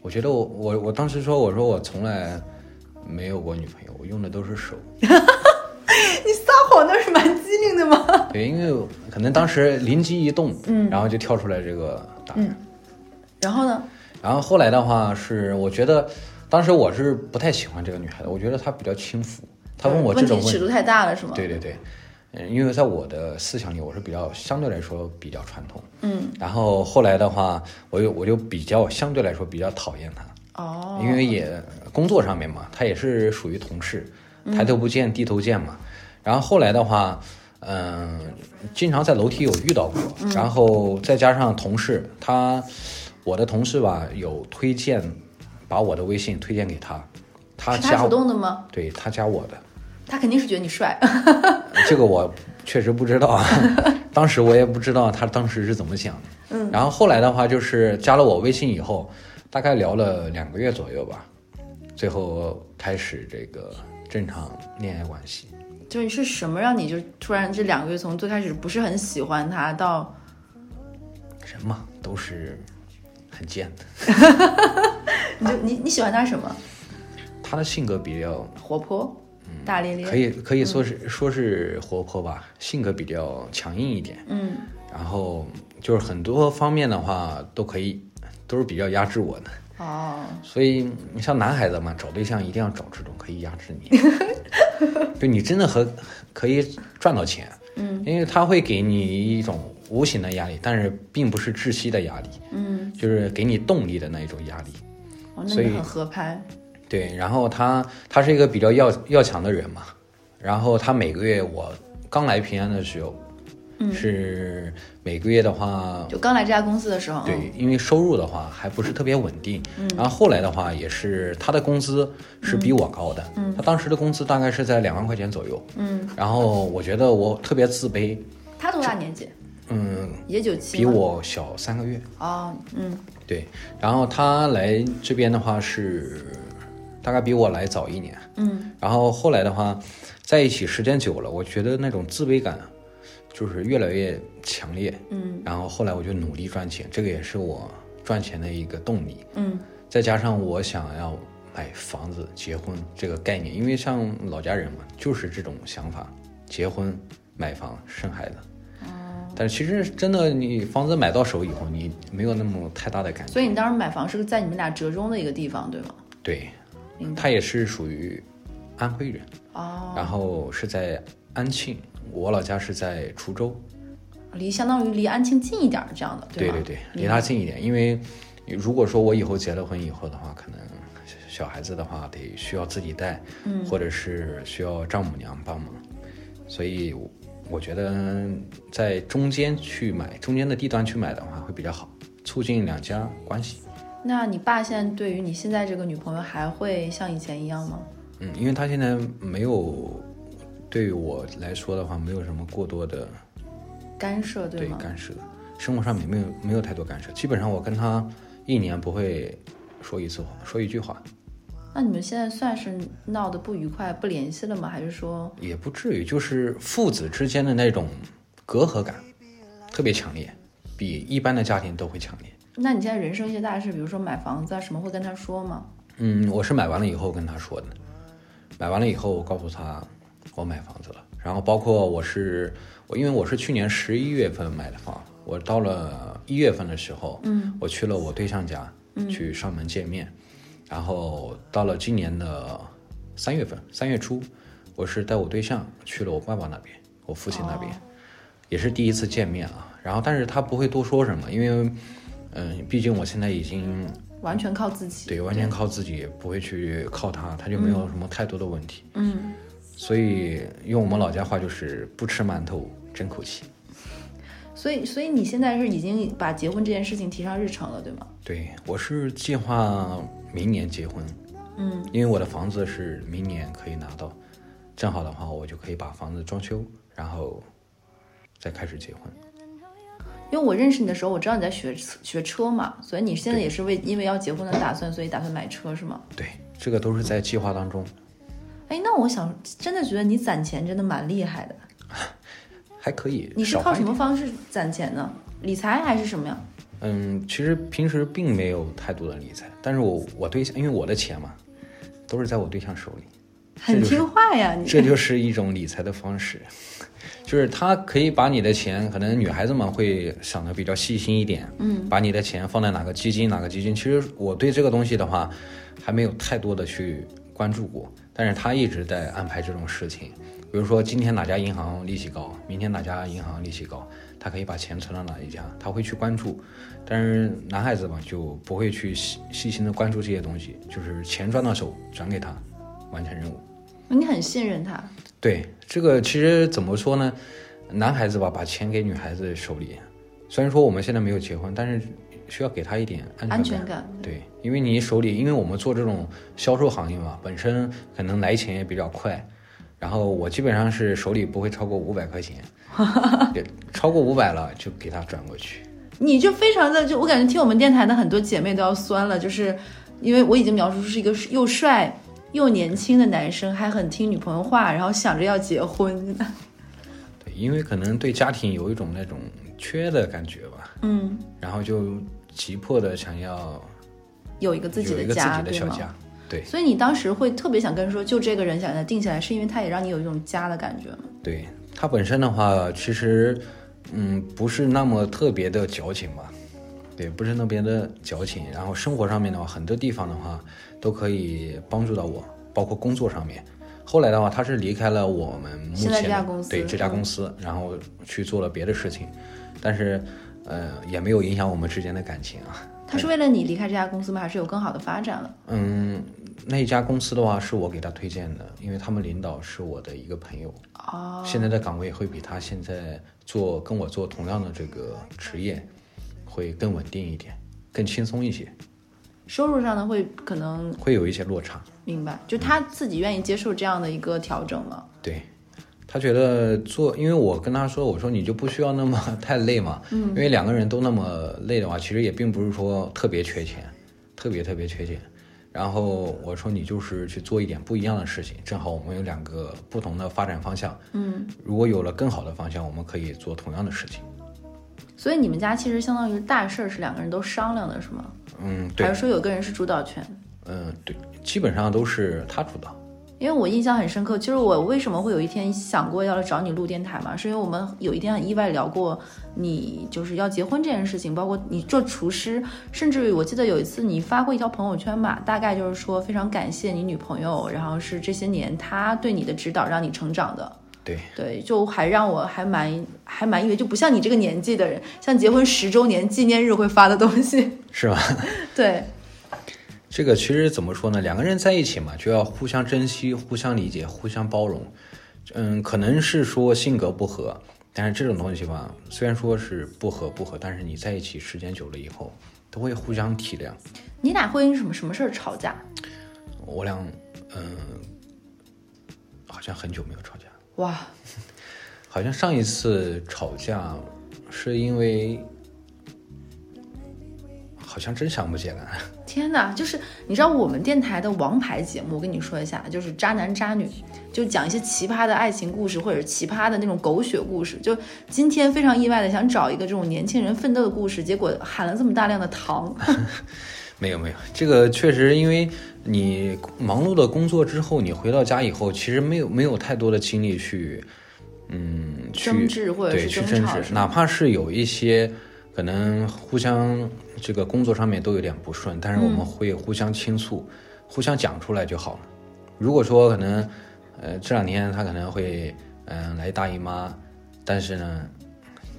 我觉得我我我当时说我说我从来没有过女朋友，我用的都 是手。你撒谎那是蛮机灵的吗？ 对，因为可能当时灵机一动，嗯，然后就跳出来这个答案。嗯然后呢？然后后来的话是，我觉得当时我是不太喜欢这个女孩的，我觉得她比较轻浮，他问我这嗯种题尺问度太大了，是吗？对对对，嗯，因为在我的思想里，我是比较相对来说比较传统，嗯，然后后来的话，我又我就比较相对来说比较讨厌他，哦，因为也工作上面嘛，他也是属于同事，嗯抬头不见低头见嘛。然后后来的话，嗯、经常在楼梯有遇到过，嗯然后再加上同事，他我的同事吧有推荐，把我的微信推荐给他，他是他加主动的吗？对他加我的，他肯定是觉得你帅， 这个我确实不知道，啊 当时我也不知道他当时是怎么想的。嗯，然后后来的话就是加了我微信以后，大概聊了两个月左右吧，最后开始这个正常恋爱关系。就是是什么让你就突然这两个月从最开始不是很喜欢他到人嘛，都是很贱的。你就你你喜欢他什么？他的性格比较活泼，大咧咧，嗯可以可以说是、说是活泼吧，性格比较强硬一点。嗯，然后就是很多方面的话都可以，都是比较压制我的。哦，所以你像男孩子嘛，找对象一定要找这种可以压制 你，就你真的和可以赚到钱，嗯，因为他会给你一种无形的压力，但是并不是窒息的压力，嗯，就是给你动力的那一种压力。哦，那所以你很合拍，对，然后他他是一个比较要要强的人嘛，然后他每个月我刚来平安的时候，嗯，是每个月的话就刚来这家公司的时候，对，因为收入的话还不是特别稳定，然后后来的话也是他的工资是比我高的，他当时的工资大概是在两万块钱左右，嗯，然后我觉得我特别自卑，他多大年纪？嗯，也九七，比我小三个月，哦，嗯，对，然后他来这边的话是大概比我来早一年，嗯，然后后来的话在一起时间久了，我觉得那种自卑感就是越来越强烈，嗯，然后后来我就努力赚钱，这个也是我赚钱的一个动力，嗯，再加上我想要买房子、结婚这个概念，因为像老家人嘛，就是这种想法，结婚、买房、生孩子。哦但其实真的，你房子买到手以后，你没有那么太大的感觉。所以你当时买房是在你们俩折中的一个地方，对吗？对明，白他也是属于安徽人，哦，然后是在安庆，我老家是在滁州。离相当于离安庆近一点儿这样的，对吧？对对，离他近一点，因为如果说我以后结了婚以后的话，可能小孩子的话得需要自己带，嗯或者是需要丈母娘帮忙，所以我我觉得在中间去买，中间的地段去买的话会比较好，促进两家关系。那你爸现在对于你现在这个女朋友还会像以前一样吗？嗯，因为他现在没有对于我来说的话，没有什么过多的干涉对对吗？干涉，生活上面没有没有太多干涉，基本上我跟他一年不会说一次话，说一句话。那你们现在算是闹得不愉快不联系了吗？还是说也不至于，就是父子之间的那种隔阂感特别强烈，比一般的家庭都会强烈。那你现在人生一些大事，比如说买房子啊什么，会跟他说吗？嗯，我是买完了以后跟他说的，买完了以后我告诉他我买房子了，然后包括我是我因为我是去年十一月份买的房，我到了一月份的时候，嗯，我去了我对象家、去上门见面，然后到了今年的三月份三月初，我是带我对象去了我爸爸那边，我父亲那边，也是第一次见面啊，然后但是他不会多说什么，因为嗯，毕竟我现在已经。完全靠自己。嗯对，完全靠自己，不会去靠他，他就没有什么太多的问题。嗯，所以用我们老家话就是不吃馒头争口气。所以，所以你现在是已经把结婚这件事情提上日程了，对吗？对我是计划明年结婚，嗯，因为我的房子是明年可以拿到，正好的话我就可以把房子装修，然后再开始结婚。因为我认识你的时候，我知道你在学车学车嘛，所以你现在对也是为因为要结婚的打算，所以打算买车是吗？对，这个都是在计划当中，哎，那我想真的觉得你攒钱真的蛮厉害的。还可以。你是少靠花一什么点？方式攒钱呢？理财还是什么呀？嗯，其实平时并没有太多的理财，但是我我对象，因为我的钱嘛，都是在我对象手里。很就是听话呀，你这就是一种理财的方式， 就是他可以把你的钱，可能女孩子们会想的比较细心一点，嗯，把你的钱放在哪个基金，哪个基金。其实我对这个东西的话，还没有太多的去关注过，但是他一直在安排这种事情，比如说今天哪家银行利息高，明天哪家银行利息高，他可以把钱存到哪一家，他会去关注。但是男孩子嘛，就不会去细细心的关注这些东西，就是钱赚到手转给他，完成任务。你很信任他，对，这个其实怎么说呢？男孩子吧，把钱给女孩子手里，虽然说我们现在没有结婚，但是需要给她一点安全安全感。对，因为你手里，因为我们做这种销售行业嘛，本身可能来钱也比较快，然后我基本上是手里不会超过五百 块钱，对，超过五百了就给她转过去。你就非常的就我感觉听我们电台的很多姐妹都要酸了，就是因为我已经描述出是一个又帅又年轻的男生，还很听女朋友话，然后想着要结婚。 对，因为可能对家庭有一种那种缺的感觉吧，嗯，然后就急迫的想要有一个自己有的一个自家，己的对小吗？家。对所以你当时会特别想跟说，就这个人想给他定下来，是因为他也让你有一种家的感觉吗？对，他本身的话，其实嗯不是那么特别的矫情吧，对，不是那边的矫情。然后生活上面的话，很多地方的话都可以帮助到我，包括工作上面。后来的话，他是离开了我们目现在前这的家公司对这家嗯公司，然后去做了别的事情，但是呃也没有影响我们之间的感情啊。他是为了你离开这家公司吗？还是有更好的发展了？嗯，那家公司的话是我给他推荐的，因为他们领导是我的一个朋友，哦，现在的岗位会比他现在做跟我做同样的这个职业会更稳定一点，更轻松一些，收入上呢会可能会有一些落差。明白，就他自己愿意接受这样的一个调整了。对他觉得做，因为我跟他说，我说你就不需要那么 太累嘛，嗯因为两个人都那么累的话，其实也并不是说特别缺钱，特别特别缺钱。然后我说你就是去做一点不一样的事情，正好我们有两个不同的发展方向，嗯，如果有了更好的方向，我们可以做同样的事情。所以你们家其实相当于大事儿是两个人都商量的，是吗？嗯，对还，是说有个人是主导权？嗯，对，基本上都是他主导。因为我印象很深刻，就是我为什么会有一天想过要来找你录电台嘛，是因为我们有一天很意外聊过你就是要结婚这件事情，包括你做厨师，甚至于我记得有一次你发过一条朋友圈吧，大概就是说非常感谢你女朋友，然后是这些年她对你的指导让你成长的。对，对，就还让我还蛮还蛮意外，就不像你这个年纪的人，像结婚十周年纪念日会发的东西， 是吧？对，这个其实怎么说呢？两个人在一起嘛，就要互相珍惜、互相理解、互相包容。嗯，可能是说性格不合，但是这种东西吧，虽然说是不合不合，但是你在一起时间久了以后，都会互相体谅。你俩会因什么什么事儿吵架？我俩，嗯，好像很久没有吵架了。哇，好像上一次吵架是因为，好像真想不起来。天哪，就是你知道我们电台的王牌节目，我跟你说一下，就是渣男渣女，就讲一些奇葩的爱情故事，或者是奇葩的那种狗血故事。就今天非常意外的想找一个这种年轻人奋斗的故事，结果含了这么大量的糖。没有没有，这个确实因为你忙碌的工作之后，你回到家以后，其实没有没有太多的精力去，嗯，去争执或者是对去争争吵执是，吗哪怕是有一些可能互相这个工作上面都有点不顺，但是我们会互相倾诉，互相讲出来就好了。如果说可能，呃，这两天他可能会嗯、来大姨妈，但是呢，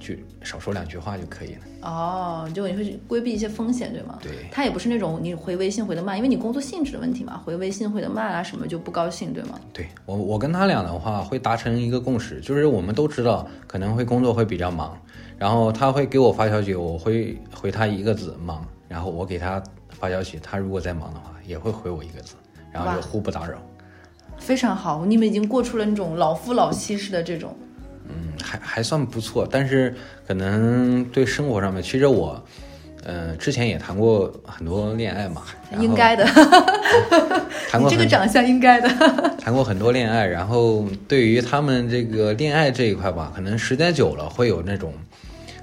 就少说两句话就可以了。哦，就你会去规避一些风险，对吗？对他也不是那种你回微信回的慢，因为你工作性质的问题嘛，回微信回的慢啊什么就不高兴，对吗？对我，我跟他俩的话会达成一个共识，就是我们都知道可能会工作会比较忙，然后他会给我发消息，我会回他一个字忙，然后我给他发消息，他如果在忙的话也会回我一个字，然后就哇互不打扰。非常好，你们已经过出了那种老夫老妻式的这种。嗯，还还算不错，但是可能对生活上面，其实我，呃，之前也谈过很多恋爱嘛，然后应该的，谈你 过这个很长相应该的。 谈过很多恋爱，然后对于他们这个恋爱这一块吧，可能时间久了会有那种，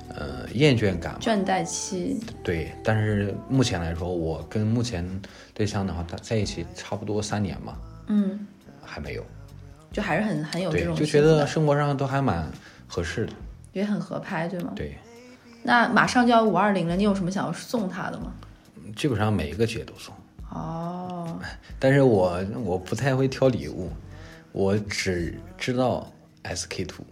呃，厌倦感吧。倦怠期，对，但是目前来说，我跟目前对象的话，他在一起差不多三年嘛，嗯，还没有。就还是很很有这对种，就性觉格得生活上都还蛮合适的。也很合拍，对吗？对，那马上就要五二零了，你有什么想要送他的吗？基本上每一个节都送。哦，哦，但是我我不太会挑礼物，我只知道 SK two。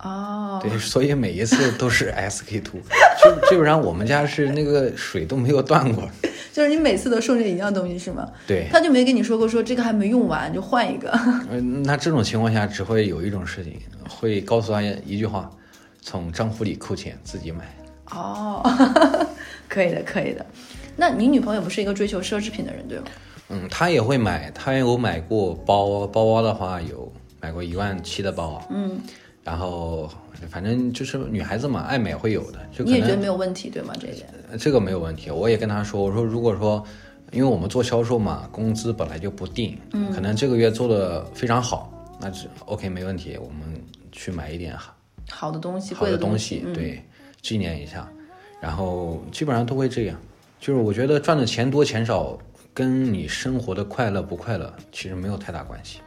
哦， 对，所以每一次都是 SK two，基基本上我们家是那个水都没有断过。就是你每次都送这一样东西是吗？对他就没跟你说过说这个还没用完就换一个。呃那这种情况下，只会有一种事情，会告诉他一句话：从账户里扣钱，自己买。哦， 可以的，可以的。那你女朋友不是一个追求奢侈品的人，对吗？嗯，他也会买，他有买过包，包包的话有买过一万七的包，嗯，然后反正就是女孩子嘛，爱美会有的，就你可也觉得能没有问题，对吗？这一点这个没有问题。我也跟他说，我说如果说，因为我们做销售嘛，工资本来就不定，嗯，可能这个月做的非常好，那就 OK 没问题，我们去买一点好的东西，嗯好贵的东东西，嗯对，纪念一下。然后基本上都会这样，就是我觉得赚的钱多钱少跟你生活的快乐不快乐其实没有太大关系。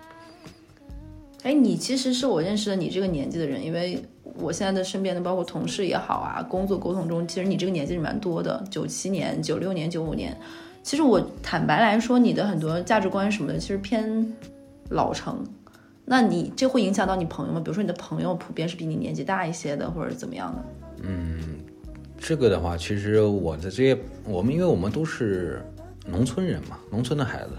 哎，你其实是我认识的你这个年纪的人，因为我现在的身边的包括同事也好啊，工作沟通中，其实你这个年纪是蛮多的，九七年、九六年、九五年。其实我坦白来说，你的很多价值观什么的，其实偏老成。那你这会影响到你朋友吗？比如说你的朋友普遍是比你年纪大一些的，或者怎么样的？这个的话，其实我的这些我们，因为我们都是农村人嘛，农村的孩子，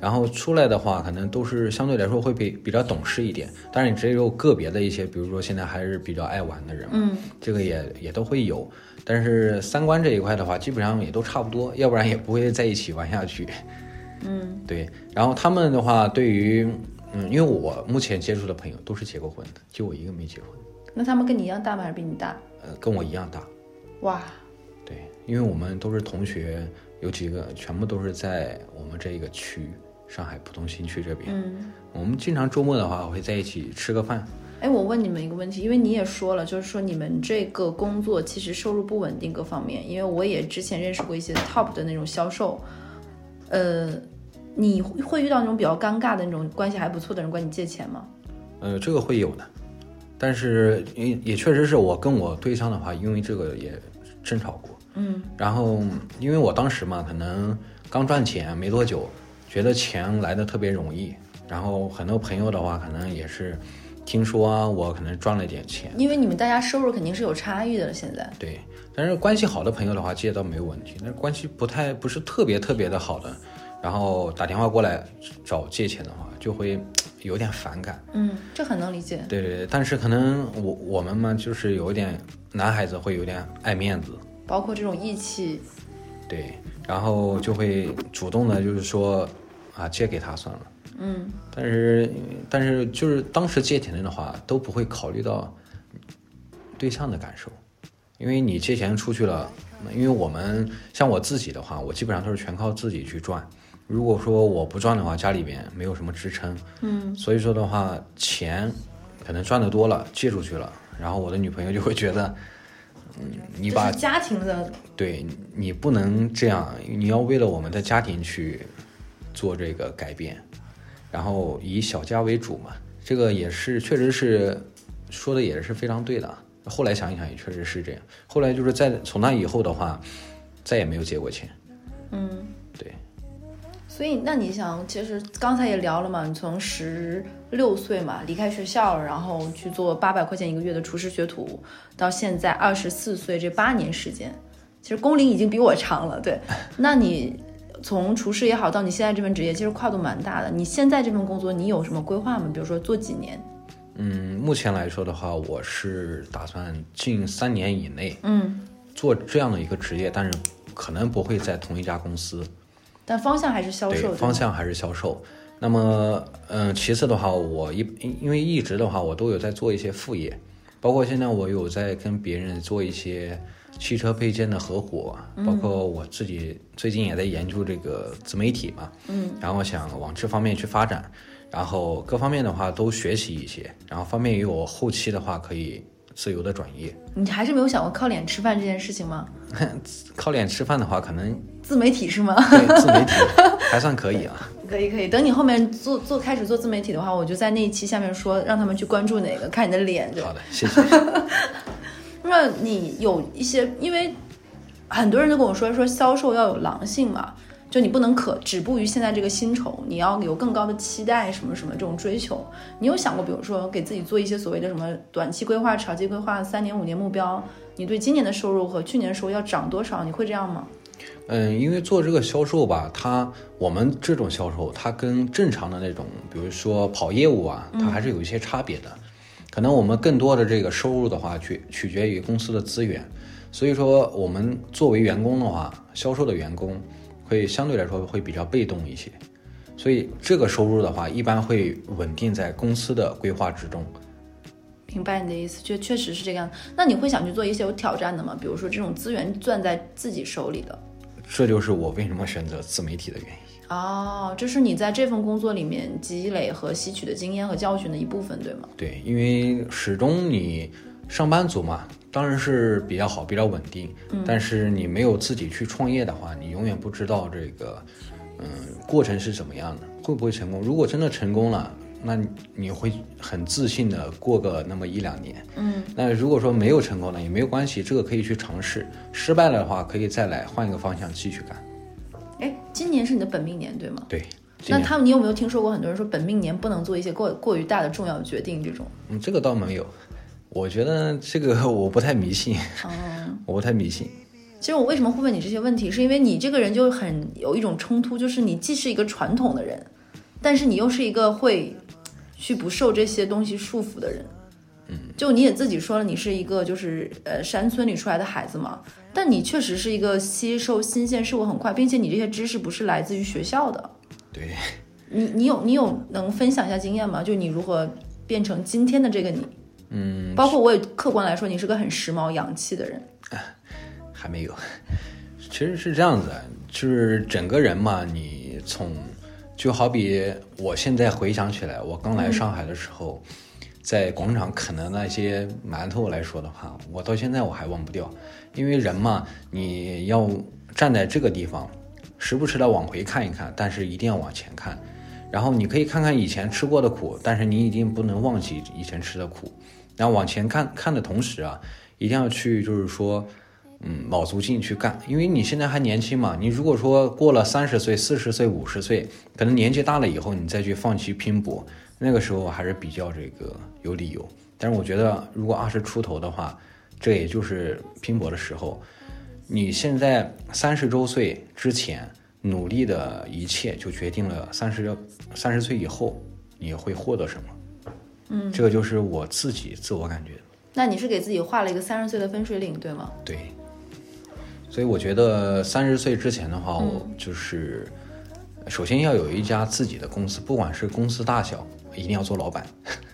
然后出来的话，可能都是相对来说会比比较懂事一点。当然，只有个别的一些，比如说现在还是比较爱玩的人嘛，嗯，这个也也都会有。但是三观这一块的话，基本上也都差不多，要不然也不会在一起玩下去。嗯，对。然后他们的话，对于嗯，因为我目前接触的朋友都是结过婚的，就我一个没结婚，那他们跟你一样大吗？还是比你大？呃，跟我一样大。哇，对，因为我们都是同学，有几个全部都是在我们这一个区，上海浦东新区这边。嗯，我们经常周末的话会在一起吃个饭。哎，我问你们一个问题，因为你也说了，就是说你们这个工作其实收入不稳定各方面，因为我也之前认识过一些 top 的那种销售，呃，你会会遇到那种比较尴尬的那种关系还不错的人管你借钱吗？呃，这个会有的，但是也也确实是我跟我对象的话，因为这个也争吵过。嗯，然后因为我当时嘛，可能刚赚钱没多久，觉得钱来的特别容易，然后很多朋友的话，可能也是听说、啊、我可能赚了点钱，因为你们大家收入肯定是有差异的了，现在对，但是关系好的朋友的话，借倒没有问题。但是关系不太不是特别特别的好的，然后打电话过来找借钱的话，就会有点反感。嗯，这很能理解，对对对，但是可能我我们嘛，就是有一点男孩子会有点爱面子，包括这种义气，对，然后就会主动的，就是说啊，借给他算了。嗯，但是但是就是当时借钱的话，都不会考虑到对象的感受，因为你借钱出去了，因为我们像我自己的话，我基本上都是全靠自己去赚。如果说我不赚的话，家里边没有什么支撑，嗯，所以说的话，钱可能赚的多了，借出去了，然后我的女朋友就会觉得，嗯，你这把是家庭的，对你不能这样，你要为了我们的家庭去做这个改变，然后以小家为主嘛，这个也是确实是说的也是非常对的啊。后来想一想，也确实是这样。后来就是在从那以后的话，再也没有借过钱。嗯。对，所以，那你想，其实刚才也聊了嘛，你从十六岁嘛离开学校，然后去做八百块钱一个月的厨师学徒，到现在二十四岁这八年时间，其实工龄已经比我长了。对，那你从厨师也好，到你现在这份职业，其实跨度蛮大的。你现在这份工作，你有什么规划吗？比如说做几年？嗯，目前来说的话，我是打算近三年以内嗯，做这样的一个职业，但是可能不会在同一家公司。但方向还是销售。对对，吗方向还是销售。那么，嗯、其次的话，我一因为一直的话，我都有在做一些副业，包括现在我有在跟别人做一些汽车配件的合伙，嗯包括我自己最近也在研究这个自媒体嘛，嗯，然后想往这方面去发展，然后各方面的话都学习一些，然后方便于我后期的话可以自由的转业。你还是没有想过靠脸吃饭这件事情吗？靠脸吃饭的话，可能自媒体是吗？对自媒体还算可以啊。可以可以，等你后面做做开始做自媒体的话，我就在那一期下面说，让他们去关注哪个，看你的脸。 对吧好的，谢谢。那你有一些，因为很多人都跟我说说销售要有狼性嘛，就你不能可止步于现在这个薪酬，你要有更高的期待，什么什么这种追求。你有想过，比如说给自己做一些所谓的什么短期规划、长期规划、三年、五年目标？你对今年的收入和去年的收入要涨多少？你会这样吗？嗯，因为做这个销售吧，它我们这种销售，它跟正常的那种，比如说跑业务啊，它还是有一些差别的。可能我们更多的这个收入的话，取取决于公司的资源。所以说，我们作为员工的话，销售的员工会相对来说会比较被动一些。所以这个收入的话，一般会稳定在公司的规划之中。明白你的意思，确确实是这个样子。那你会想去做一些有挑战的吗？比如说这种资源攥在自己手里的。这就是我为什么选择自媒体的原因。哦，这是你在这份工作里面积累和吸取的经验和教训的一部分，对吗？对，因为始终你上班族嘛，当然是比较好、比较稳定。嗯但是你没有自己去创业的话，你永远不知道这个，嗯，过程是怎么样的，会不会成功。如果真的成功了，那你你会很自信的过个那么一两年。嗯，那如果说没有成功呢，也没有关系，这个可以去尝试。失败了的话，可以再来换一个方向继续干。哎，今年是你的本命年，对吗？对，今那年他们，你有没有听说过很多人说本命年不能做一些过过于大的重要决定这种？嗯，这个倒没有。我觉得这个 我不太迷信，哦我不太迷信。其实我为什么会问你这些问题，是因为你这个人就很有一种冲突，就是你既是一个传统的人，但是你又是一个会去不受这些东西束缚的人。嗯，就你也自己说了，你是一个就是呃山村里出来的孩子嘛，但你确实是一个吸收新鲜事物很快，并且你这些知识不是来自于学校的。对，你你有你有能分享一下经验吗？就你如何变成今天的这个你？嗯，包括我也客观来说，你是个很时髦洋气的人。还没有。 其实是这样子，啊就是整个人嘛，你从就好比我现在回想起来，我刚来上海的时候，在广场啃的那些馒头来说的话，我到现在我还忘不掉，因为人嘛，你要站在这个地方，时不时的往回看一看，但是一定要往前看。然后你可以看看以前吃过的苦，但是你一定不能忘记以前吃的苦。然后往前看看的同时啊，一定要去就是说，嗯，卯足劲去干，因为你现在还年轻嘛。你如果说过了三十岁、四十岁、五十岁，可能年纪大了以后，你再去放弃拼搏，那个时候还是比较这个有理由。但是我觉得，如果二十出头的话，这也就是拼搏的时候。你现在三十周岁之前努力的一切，就决定了三十三十岁以后你会获得什么。嗯，这个就是我自己自我感觉。那你是给自己画了一个三十岁的分水岭，对吗？对，所以我觉得三十岁之前的话，我就是首先要有一家自己的公司，不管是公司大小，一定要做老板，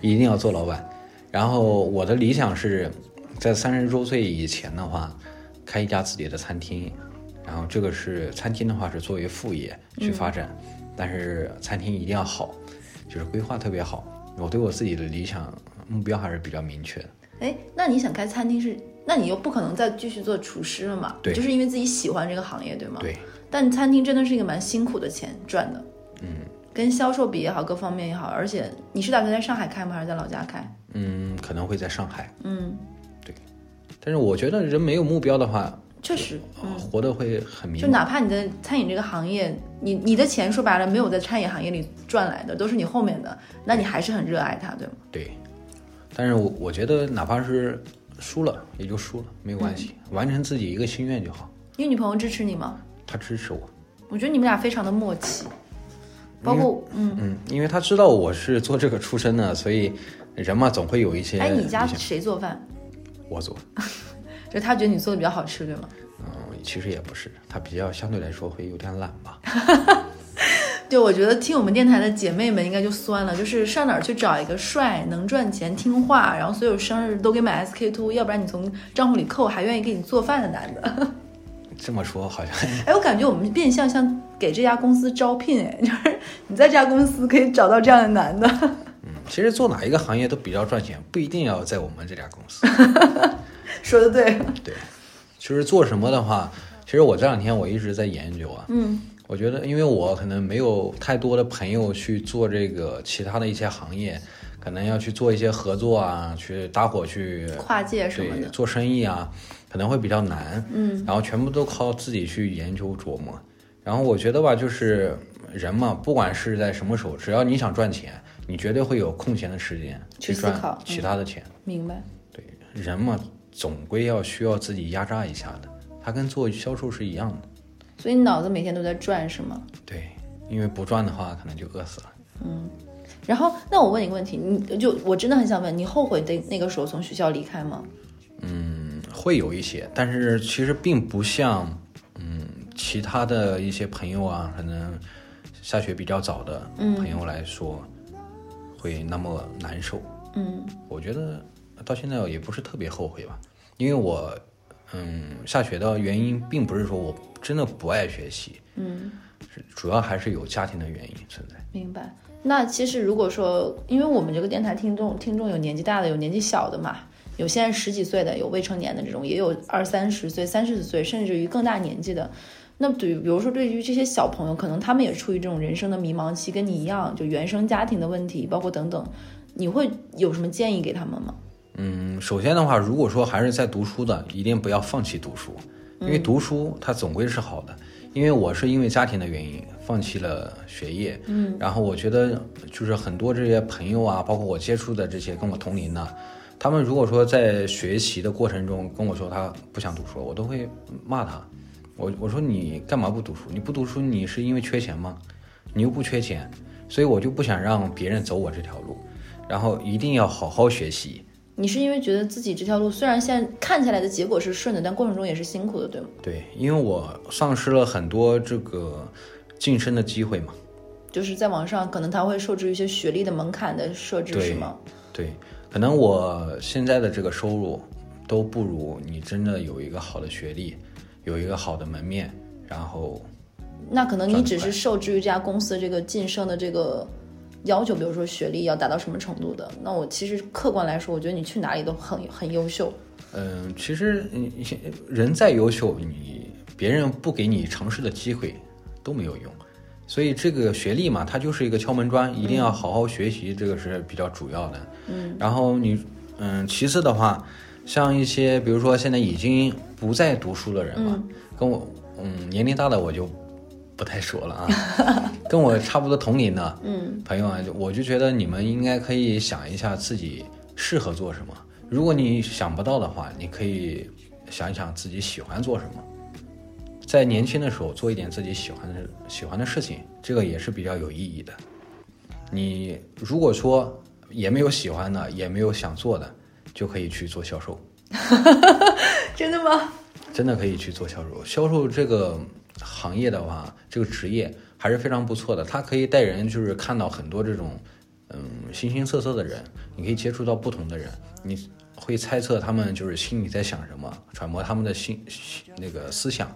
一定要做老板。然后我的理想是在三十周岁以前的话，开一家自己的餐厅，然后这个是餐厅的话是作为副业去发展，但是餐厅一定要好，就是规划特别好。我对我自己的理想目标还是比较明确的。哎，那你想开餐厅是？那你又不可能再继续做厨师了嘛？对就是因为自己喜欢这个行业，对吗？对。但餐厅真的是一个蛮辛苦的钱赚的，嗯，跟销售比也好，各方面也好，而且你是打算在上海开吗？还是在老家开？嗯，可能会在上海。嗯，对。但是我觉得人没有目标的话，确实，呃活得会很迷就茫。哪怕你在餐饮这个行业，你你的钱说白了没有在餐饮行业里赚来的，都是你后面的，那你还是很热爱它，对吗？对。但是我我觉得哪怕是输了，也就输了，没有关系，嗯完成自己一个心愿就好。你女朋友支持你吗？他支持我，我觉得你们俩非常的默契，包括嗯，嗯，因为他知道我是做这个出身的，所以人嘛总会有一些哎，你理家想。谁做饭？我做，就他觉得你做的比较好吃，对吗？嗯，其实也不是，他比较相对来说会有点懒吧。对，我觉得听我们电台的姐妹们应该就酸了，就是上哪儿去找一个帅、能赚钱、听话，然后所有生日都给买 SK two，要不然你从账户里扣，还愿意给你做饭的男的。 这么说好像哎，我感觉我们变相像给这家公司招聘，哎，就是你在这家公司可以找到这样的男的。 嗯其实做哪一个行业都比较赚钱，不一定要在我们这家公司。说的对，对，其实做什么的话，其实我这两天我一直在研究啊。嗯，我觉得，因为我可能没有太多的朋友去做这个其他的一些行业，可能要去做一些合作啊，去搭伙去跨界什么对的。做生意啊，可能会比较难。嗯，然后全部都靠自己去研究琢磨。然后我觉得吧，就是人嘛，不管是在什么时候，只要你想赚钱，你绝对会有空闲的时间去去思赚考嗯其他的钱。明白。对，人嘛，总归要需要自己压榨一下的，它跟做销售是一样的。所以你脑子每天都在转是吗？对，因为不赚的话，可能就饿死了。然后，那我问你个问题，你就我真的很想问，你后悔那那个时候从学校离开吗？会有一些，但是其实并不像，嗯，其他的一些朋友啊，可能下学比较早的朋友来说，会那么难受。嗯，我觉得到现在也不是特别后悔吧，因为我，嗯，下学的原因并不是说我真的不爱学习，嗯，主要还是有家庭的原因存在。明白。那其实如果说，因为我们这个电台听众听众有年纪大的，有年纪小的嘛，有现在十几岁的，有未成年的这种，也有二三十岁、三十岁，甚至于更大年纪的。那对于，比如说对于这些小朋友，可能他们也处于这种人生的迷茫期，跟你一样，就原生家庭的问题，包括等等，你会有什么建议给他们吗？嗯，首先的话，如果说还是在读书的，一定不要放弃读书，因为读书它总归是好的。因为我是因为家庭的原因放弃了学业，嗯，然后我觉得就是很多这些朋友啊，包括我接触的这些跟我同龄的、他们如果说在学习的过程中跟我说他不想读书，我都会骂他。我我说你干嘛不读书？你不读书你是因为缺钱吗？你又不缺钱，所以我就不想让别人走我这条路，然后一定要好好学习，你是因为觉得自己这条路虽然现在看起来的结果是顺的，但过程中也是辛苦的，对吗？对，因为我丧失了很多这个晋升的机会嘛。就是在网上可能它会受制于一些学历的门槛的设置，对是吗？对，可能我现在的这个收入都不如你真的有一个好的学历，有一个好的门面，然后那可能你只赚是得快受制于这家公司这个晋升的这个要求，比如说学历要达到什么程度的。那我其实客观来说，我觉得你去哪里都很很优秀。嗯，其实你人再优秀，你别人不给你尝试的机会都没有用。所以这个学历嘛，它就是一个敲门砖，一定要好好学习，这个是比较主要的。嗯，然后你，嗯，其次的话，像一些比如说现在已经不再读书的人嘛，跟我，嗯，年龄大的我就不太说了啊，跟我差不多同龄的，嗯，朋友啊，我就觉得你们应该可以想一下自己适合做什么。如果你想不到的话，你可以想一想自己喜欢做什么。在年轻的时候做一点自己喜欢的喜欢的事情，这个也是比较有意义的。你如果说也没有喜欢的，也没有想做的，就可以去做销售，真的吗？真的可以去做销售。销售这个行业的话，这个职业还是非常不错的，它可以带人就是看到很多这种嗯形形色色的人，你可以接触到不同的人，你会猜测他们就是心里在想什么，揣摩他们的心心那个思想。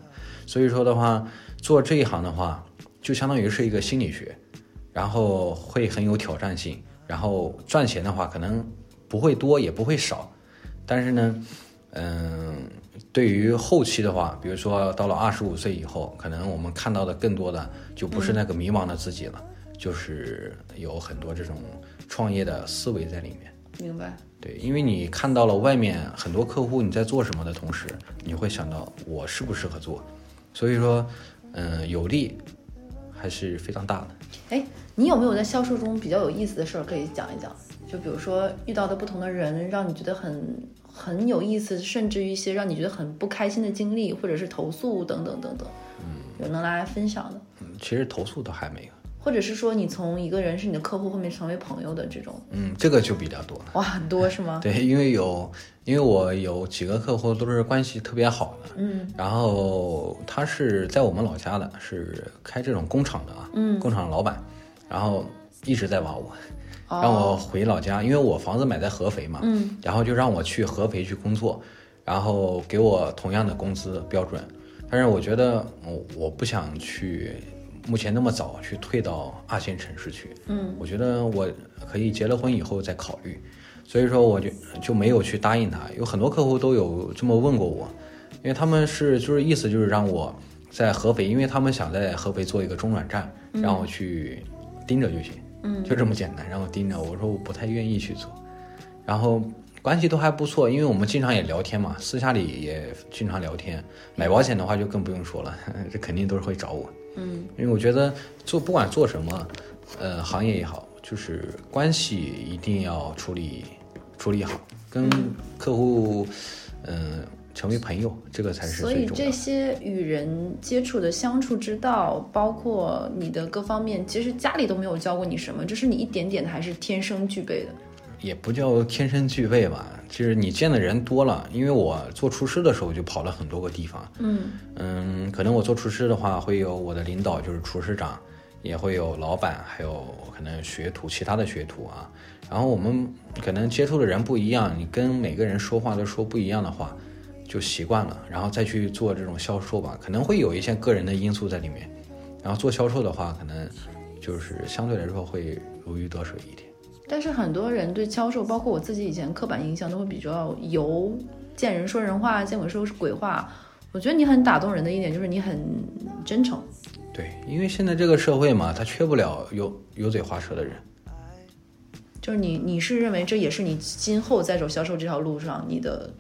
所以说的话，做这一行的话，就相当于是一个心理学，然后会很有挑战性，然后赚钱的话可能不会多也不会少，但是呢，嗯，对于后期的话，比如说到了二十五岁以后，可能我们看到的更多的就不是那个迷茫的自己了，就是有很多这种创业的思维在里面。明白。对，因为你看到了外面很多客户你在做什么的同时，你会想到我适不适合做，所以说，嗯、有利还是非常大的。哎，你有没有在销售中比较有意思的事儿可以讲一讲？就比如说遇到的不同的人，让你觉得很很有意思，甚至于一些让你觉得很不开心的经历，或者是投诉等等等等，有能拿来分享的，嗯，其实投诉倒还没有，或者是说你从一个人是你的客户后面成为朋友的这种，嗯，这个就比较多了。哇，很多是吗？对，因为有，因为我有几个客户都是关系特别好的，嗯，然后他是在我们老家的，是开这种工厂的啊，嗯，工厂老板，然后一直在挖我，让我回老家，因为我房子买在合肥嘛，哦嗯，然后就让我去合肥去工作，然后给我同样的工资标准，但是我觉得我我不想去。目前那么早去退到二线城市去，嗯，我觉得我可以结了婚以后再考虑，所以说我就就没有去答应他。有很多客户都有这么问过我，因为他们是就是意思就是让我在合肥，因为他们想在合肥做一个中转站，让我去盯着就行，嗯，就这么简单，让我盯着。我说我不太愿意去做，然后关系都还不错，因为我们经常也聊天嘛，嗯 私下里也经常聊天。买保险的话就更不用说了，这肯定都是会找我。嗯，因为我觉得做不管做什么，呃，行业也好，就是关系一定要处理处理好，跟嗯客户，嗯、成为朋友，这个才是所最以重要这的。些与人接触的相处之道，包括你的各方面，其实家里都没有教过你什么，这是你一点点的还是天生具备的。也不叫天生具备吧，就是你见的人多了。因为我做厨师的时候就跑了很多个地方，嗯嗯，可能我做厨师的话，会有我的领导，就是厨师长，也会有老板，还有可能学徒，其他的学徒啊。然后我们可能接触的人不一样，你跟每个人说话都说不一样的话，就习惯了，然后再去做这种销售吧，可能会有一些个人的因素在里面。然后做销售的话，可能就是相对来说会如鱼得水一点。但是很多人对销售，包括我自己以前刻板印象，都会比较油，见人说人话，见鬼说鬼话。我觉得你很打动人的一点就是你很真诚，对，因为现在这个社会嘛，它缺不了油油嘴滑舌的人。就是你你是认为这也是你今后在走销售这条路上你的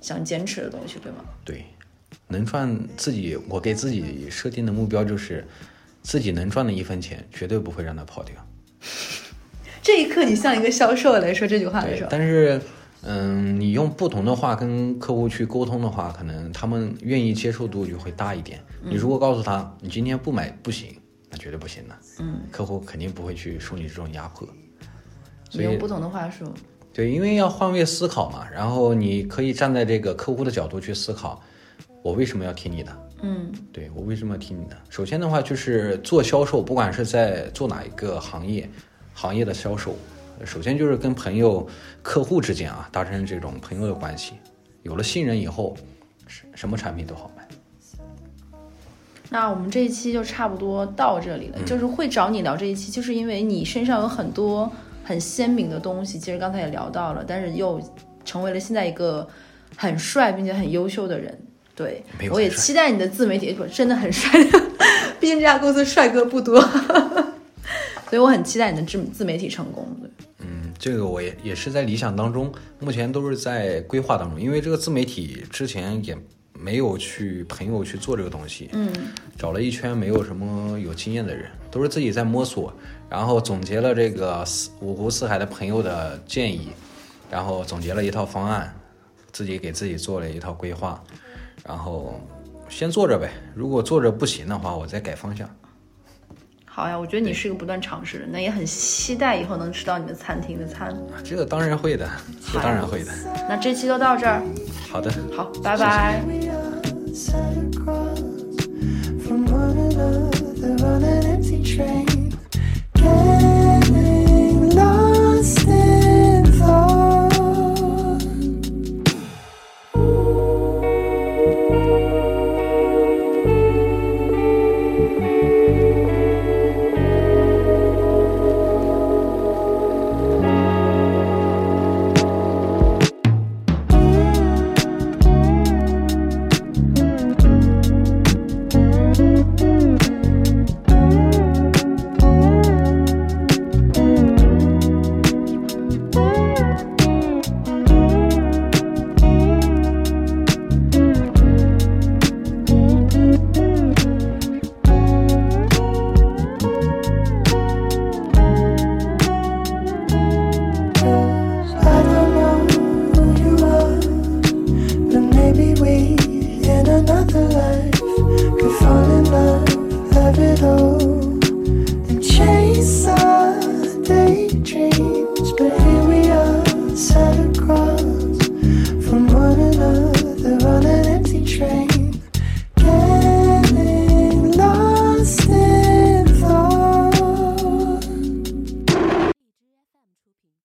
想坚持的东西，对吗？对，能赚自己，我给自己设定的目标就是，自己能赚的一分钱，绝对不会让它跑掉。这一刻你像一个销售来说这句话的时对候，，但是，嗯，你用不同的话跟客户去沟通的话，可能他们愿意接受度就会大一点。你如果告诉他，你今天不买不行，那绝对不行的。嗯，客户肯定不会去受你这种压迫。你所以用不同的话术，对，因为要换位思考嘛，然后你可以站在这个客户的角度去思考，我为什么要听你的？嗯对我为什么要听你的？首先的话就是做销售，不管是在做哪一个行业，行业的销售，呃首先就是跟朋友、客户之间啊，达成这种朋友的关系，有了信任以后，什什么产品都好卖。那我们这一期就差不多到这里了。嗯就是会找你聊这一期，就是因为你身上有很多很鲜明的东西，其实刚才也聊到了，但是又成为了现在一个很帅并且很优秀的人。对没，有我也很帅期待你的自媒体，不真的很帅，毕竟这家公司帅哥不多， 所以我很期待你的自自媒体成功。对嗯，这个我也也是在理想当中，目前都是在规划当中，因为这个自媒体之前也没有去朋友去做这个东西，嗯，找了一圈没有什么有经验的人，都是自己在摸索，然后总结了这个四五湖四海的朋友的建议，然后总结了一套方案，自己给自己做了一套规划，然后先做着呗，如果做着不行的话，我再改方向。好呀，我觉得你是一个不断尝试的人，那也很期待以后能吃到你们餐厅的餐。啊这个当然会的，这当然会的。那这期就到这儿，好的，好，拜拜。 We are set across from one another on an empty train.